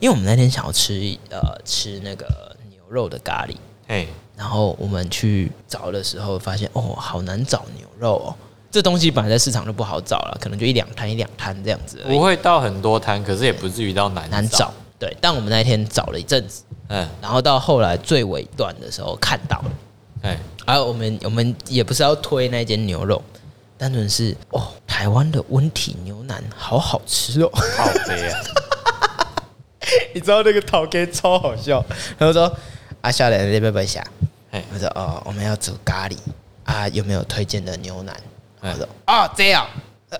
Speaker 2: 因为我们那天想要吃呃吃那个牛肉的咖喱，
Speaker 1: 嘿，
Speaker 2: 然后我们去找的时候，发现哦，好难找牛肉哦。这东西本来在市场就不好找了，可能就一两摊一两摊这样子而已
Speaker 1: 不会到很多摊，可是也哦不至于到难
Speaker 2: 难找。。对，但我们那一天找了一阵子，
Speaker 1: 嗯，
Speaker 2: 然后到后来最尾段的时候看到了，
Speaker 1: 哎，
Speaker 2: 而、我们我们也不是要推那间牛肉，单纯是哦，台湾的温体牛腩好好吃哦。
Speaker 1: 好悲啊！
Speaker 2: 你知道那个陶哥超好笑，然后说啊，笑脸那边不下，
Speaker 1: 嘿，
Speaker 2: 我说哦，我们要煮咖喱啊，有没有推荐的牛腩？
Speaker 1: 嗯
Speaker 2: 我说哦，这样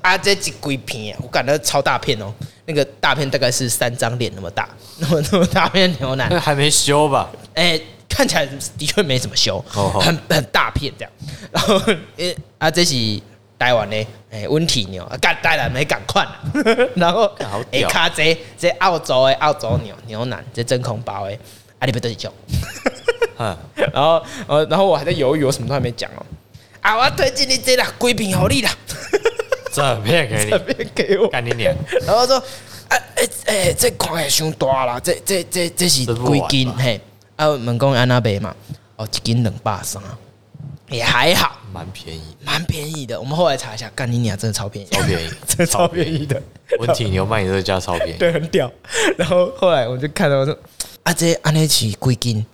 Speaker 2: 啊，这几鬼片啊，我感觉超大片哦，那个大片大概是三张脸那么大，那么那么大片牛腩，
Speaker 1: 还没修吧？
Speaker 2: 哎、看起来的确没怎么修，
Speaker 1: 哦哦
Speaker 2: 很很大片这样。然后，哎、啊，这是台湾的，哎、温体牛，啊，干当然没赶快啦。 [laughs] 然后
Speaker 1: 干好，
Speaker 2: 哎、
Speaker 1: 屌
Speaker 2: 卡这这澳洲的澳洲牛牛腩，这真空包的，啊，你不得救。
Speaker 1: 嗯，
Speaker 2: [laughs] 然后，呃，然后我还在犹豫，我什么都还没讲哦。啊，我要推荐你这啦，贵品好利啦， [laughs]
Speaker 1: 整片给
Speaker 2: 这 [laughs]
Speaker 1: 你，
Speaker 2: 边给我。
Speaker 1: 干你脸！
Speaker 2: [laughs] 然后说，啊，哎、哎、这款也伤大啦，这这这这是
Speaker 1: 这不完
Speaker 2: 几
Speaker 1: 吧
Speaker 2: 斤嘿？啊，问讲安那贝嘛，哦，一斤两百三，也还好，
Speaker 1: 蛮便宜，
Speaker 2: 蛮便宜的。我们后来查一下，干你娘真的超便宜，
Speaker 1: 超便宜
Speaker 2: [laughs] 真的超便宜的，
Speaker 1: 文体牛卖你这价超便宜，
Speaker 2: [laughs] 对，很屌。然后后来我就看到我说，啊，这安尼是几斤？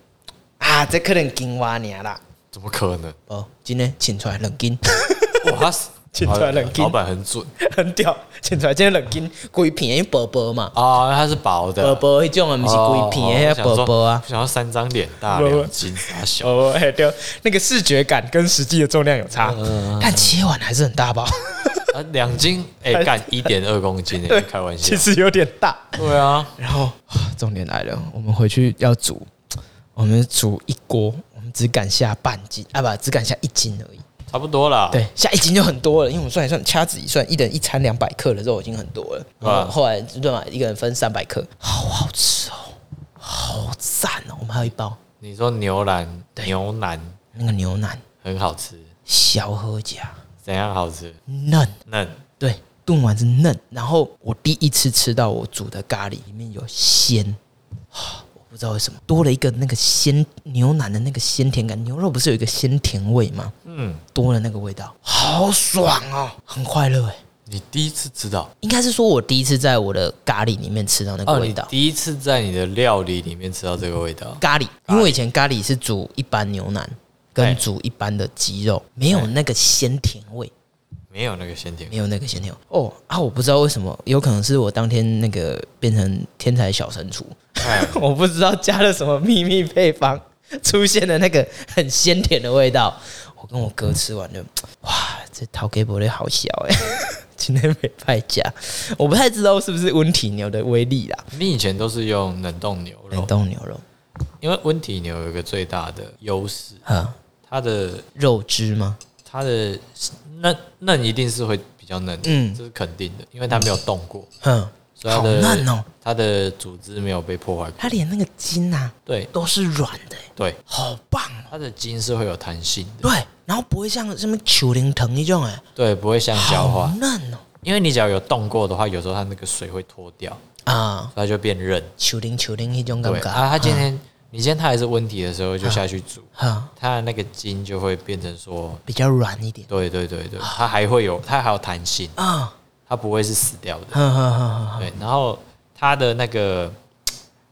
Speaker 2: 啊，这可能斤蛙尔啦。
Speaker 1: 怎么可能？
Speaker 2: 哦，今天请出来两斤， [laughs]
Speaker 1: 哇，他是
Speaker 2: 青菜冷静
Speaker 1: 老板很准
Speaker 2: 很屌，请出来今天两斤，规片因为薄薄嘛，
Speaker 1: 啊，它是薄的，
Speaker 2: 薄薄迄种啊，不是
Speaker 1: 哦
Speaker 2: 规片，
Speaker 1: 我
Speaker 2: 那
Speaker 1: 想
Speaker 2: 薄
Speaker 1: 说
Speaker 2: 薄啊。
Speaker 1: 想要三张脸大
Speaker 2: 不不
Speaker 1: 两斤大小，
Speaker 2: [laughs] 哦，哎，对，那个视觉感跟实际的重量有差，
Speaker 1: 嗯
Speaker 2: 但切完还是很大包，
Speaker 1: 啊，两斤
Speaker 2: [laughs]
Speaker 1: 哎干一点二公斤哎，开玩笑
Speaker 2: 其，实有点大。
Speaker 1: 对啊，
Speaker 2: 然后啊重点来了，我们回去要煮，我们煮一锅，我们只敢下半斤啊，不，只敢下一斤而已。
Speaker 1: 差不多啦，
Speaker 2: 对，下一斤就很多了，因为我们算一算，掐指一算，一人一餐两百克的肉已经很多了。然
Speaker 1: 啊
Speaker 2: 后后来对嘛，一个人分三百克，好好吃哦，好赞哦！我们还有一包
Speaker 1: 你说牛腩，牛腩
Speaker 2: 那个牛腩，
Speaker 1: 很好吃，
Speaker 2: 小喝甲
Speaker 1: 怎样好吃？
Speaker 2: 嫩。
Speaker 1: 嫩，
Speaker 2: 对，炖完是嫩。然后我第一次吃到我煮的咖喱里面有鲜，啊我不知道为什么多了一个那个鲜牛腩的那个鲜甜感。牛肉不是有一个鲜甜味吗？
Speaker 1: 嗯，
Speaker 2: 多了那个味道，好爽哦，很快乐哎。
Speaker 1: 你第一次知道
Speaker 2: 应该是说我第一次在我的咖喱里面吃到那个
Speaker 1: 哦，
Speaker 2: 味
Speaker 1: 你
Speaker 2: 道。
Speaker 1: 第一次在你的料理里面吃到这个味道，
Speaker 2: 咖喱，因为我以前咖喱是煮一般牛腩
Speaker 1: 哎
Speaker 2: 跟煮一般的鸡肉，没有那个鲜甜味，
Speaker 1: 没有那个鲜甜
Speaker 2: 没有那个鲜甜味。哦啊，我不知道为什么，有可能是我当天那个变成天才小神厨， [laughs]
Speaker 1: 哎
Speaker 2: 我不知道加了什么秘密配方，出现了那个很鲜甜的味道。我跟我哥吃完就，哇，这陶给伯的好小哎、 [laughs] 今天没败家，我不太知道是不是温体牛的威力啦，
Speaker 1: [laughs] 你以前都是用冷冻牛
Speaker 2: 冷
Speaker 1: 肉，
Speaker 2: 冻牛肉，
Speaker 1: 因为温体牛有一个最大的优势，
Speaker 2: 哈，
Speaker 1: 它的
Speaker 2: 肉汁吗？
Speaker 1: 它的嫩嫩一定是会比较嫩，嗯，
Speaker 2: 嗯
Speaker 1: 这是肯定的，因为它没有冻过，
Speaker 2: 哼，
Speaker 1: 所以它
Speaker 2: 好
Speaker 1: 的
Speaker 2: 嫩哦，
Speaker 1: 它的组织没有被破坏过。
Speaker 2: 它连那个筋啊
Speaker 1: 对
Speaker 2: 都是软的、欸，
Speaker 1: 对，
Speaker 2: 好棒哦。
Speaker 1: 它的筋是会有弹性的，
Speaker 2: 对，然后不会像什么球灵藤一种、欸，
Speaker 1: 对，不会像
Speaker 2: 哎，
Speaker 1: 胶
Speaker 2: 好
Speaker 1: 化，
Speaker 2: 嫩哦
Speaker 1: 因为你只要有冻过的话，有时候它那个水会脱掉，
Speaker 2: 啊，
Speaker 1: 它就变韧。
Speaker 2: 球灵球灵一种感
Speaker 1: 对
Speaker 2: 觉
Speaker 1: 啊，它今天你今天它还是温体的时候就下去煮，
Speaker 2: 哈，
Speaker 1: 它的那个筋就会变成说，
Speaker 2: 比较软一点
Speaker 1: 对对对对，它还会有它还有弹性，
Speaker 2: 啊，
Speaker 1: 它不会是死掉的。
Speaker 2: 哈哈哈哈。
Speaker 1: 对，然后它的那个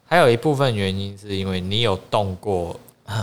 Speaker 1: 还有一部分原因是因为你有动过，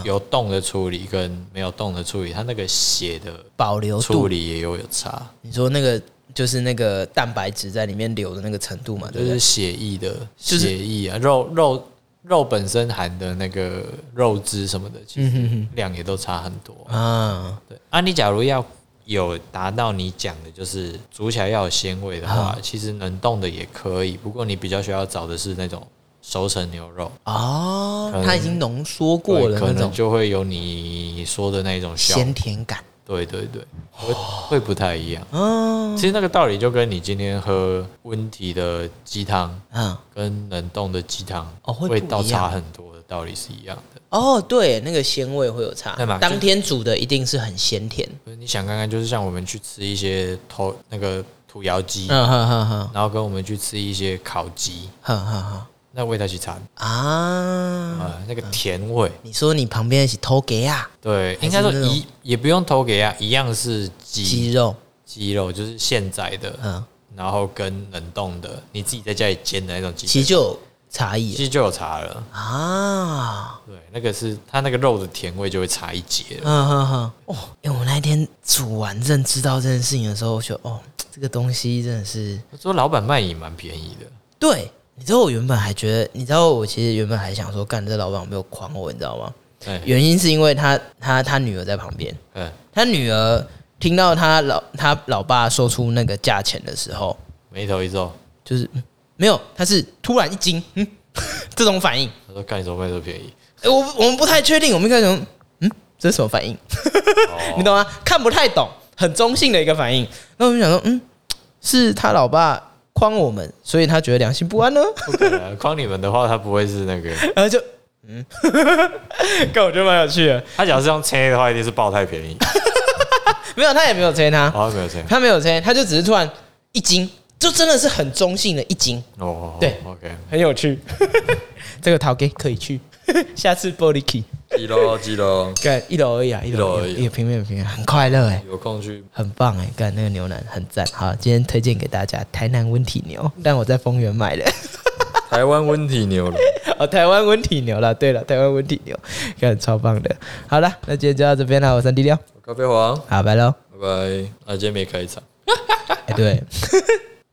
Speaker 1: 有动的处理跟没有动的处理，它那个血的
Speaker 2: 保留
Speaker 1: 处
Speaker 2: 度，
Speaker 1: 理也有有差，
Speaker 2: 你说那个就是那个蛋白质在里面流的那个程度嘛，对
Speaker 1: 就
Speaker 2: 不
Speaker 1: 是
Speaker 2: 对？
Speaker 1: 血液的
Speaker 2: 就是
Speaker 1: 血液啊，肉肉肉本身含的那个肉汁什么的，
Speaker 2: 嗯
Speaker 1: 其实量也都差很多。
Speaker 2: 啊，
Speaker 1: 对，啊，你假如要有达到你讲的，就是煮起来要有鲜味的
Speaker 2: 啊
Speaker 1: 话，其实冷冻的也可以，不过你比较需要找的是那种熟成牛肉。
Speaker 2: 哦
Speaker 1: 能，
Speaker 2: 它已经浓缩过了
Speaker 1: 对可
Speaker 2: 那
Speaker 1: 能
Speaker 2: 种
Speaker 1: 就会有你说的那种效果
Speaker 2: 鲜甜感，
Speaker 1: 对对对，会会不太一样。
Speaker 2: 嗯
Speaker 1: 其实那个道理就跟你今天喝温体的鸡汤
Speaker 2: 嗯，
Speaker 1: 跟冷冻的鸡汤
Speaker 2: 哦会不
Speaker 1: 味道
Speaker 2: 一样
Speaker 1: 差很多的道理是一样的。
Speaker 2: 哦，对，那个鲜味会有差
Speaker 1: 对嘛，就
Speaker 2: 当天煮的一定是很鲜甜，
Speaker 1: 所以你想看看，就是像我们去吃一些头那个土窑鸡，
Speaker 2: 嗯哈哈哈，
Speaker 1: 然后跟我们去吃一些烤鸡，
Speaker 2: 哈哈
Speaker 1: 那味道其实差啊、呃
Speaker 2: 哈啊，
Speaker 1: 那个甜味。
Speaker 2: 你说你旁边一起偷给啊，
Speaker 1: 对，
Speaker 2: 还
Speaker 1: 应该说
Speaker 2: 是那种
Speaker 1: 一也不用投给啊，一样是鸡
Speaker 2: 鸡肉，
Speaker 1: 鸡肉，就是现宰的，
Speaker 2: 嗯，
Speaker 1: 然后跟冷冻的，你自己在家里煎的那种鸡
Speaker 2: 其
Speaker 1: 腿，
Speaker 2: 实就有差
Speaker 1: 其
Speaker 2: 异
Speaker 1: 实就有差了。
Speaker 2: 啊。
Speaker 1: 对，那个是它那个肉的甜味就会差一截了。
Speaker 2: 嗯哼哼，哦，因为我那一天煮完认知到这件事情的时候，我觉得哦，这个东西真的是
Speaker 1: 我说老板卖也蛮便宜的，
Speaker 2: 对。你知道我原本还觉得，你知道我其实原本还想说，干这老板有没有诓我，你知道吗？
Speaker 1: 对，
Speaker 2: 原因是因为他他他女儿在旁边，
Speaker 1: 嗯，
Speaker 2: 他女儿听到他老他老爸说出那个价钱的时候，
Speaker 1: 眉头一皱，
Speaker 2: 就是、嗯没有，他是突然一惊，嗯， [laughs] 这种反应，
Speaker 1: 他说干你怎么卖这么便宜？
Speaker 2: 诶我我们不太确定，我们该种，嗯，这是什么反应？ [laughs] 你
Speaker 1: 哦，
Speaker 2: 懂吗？看不太懂，很中性的一个反应。那我们想说，嗯，是他老爸诓我们，所以他觉得良心不安呢。 [laughs]
Speaker 1: 不可能啊，诓你们的话，他不会是那个，
Speaker 2: 然后就， [laughs] 嗯，跟我觉得蛮有趣的。
Speaker 1: 他假如是用切的话，一定是爆太便宜，
Speaker 2: 没有，他也没有催他，
Speaker 1: 好像没有这样。
Speaker 2: 他没有催，他就只是突然一惊，就真的是很中性的一惊，
Speaker 1: 哦，
Speaker 2: 对
Speaker 1: ，OK，
Speaker 2: 很有趣。 [laughs] 这个陶给可以去， [laughs] 下次玻璃 key
Speaker 1: 鸡肉鸡肉，
Speaker 2: 干一楼而已啊，一楼
Speaker 1: 一楼而已啊
Speaker 2: 一个平面平面，很快乐哎、
Speaker 1: 有空去
Speaker 2: 很棒哎，干那个牛腩很赞。好，今天推荐给大家台南温体牛，但我在丰原买的。 [laughs]
Speaker 1: 台湾温体牛了，
Speaker 2: 哦，台湾温体牛啦，对了，台湾温体牛，看超棒的。好了，那今天就到这边了，我三 D 六，
Speaker 1: 咖啡黄，
Speaker 2: 好，拜喽。
Speaker 1: 拜拜。啊，今天没开场，
Speaker 2: 哎、对，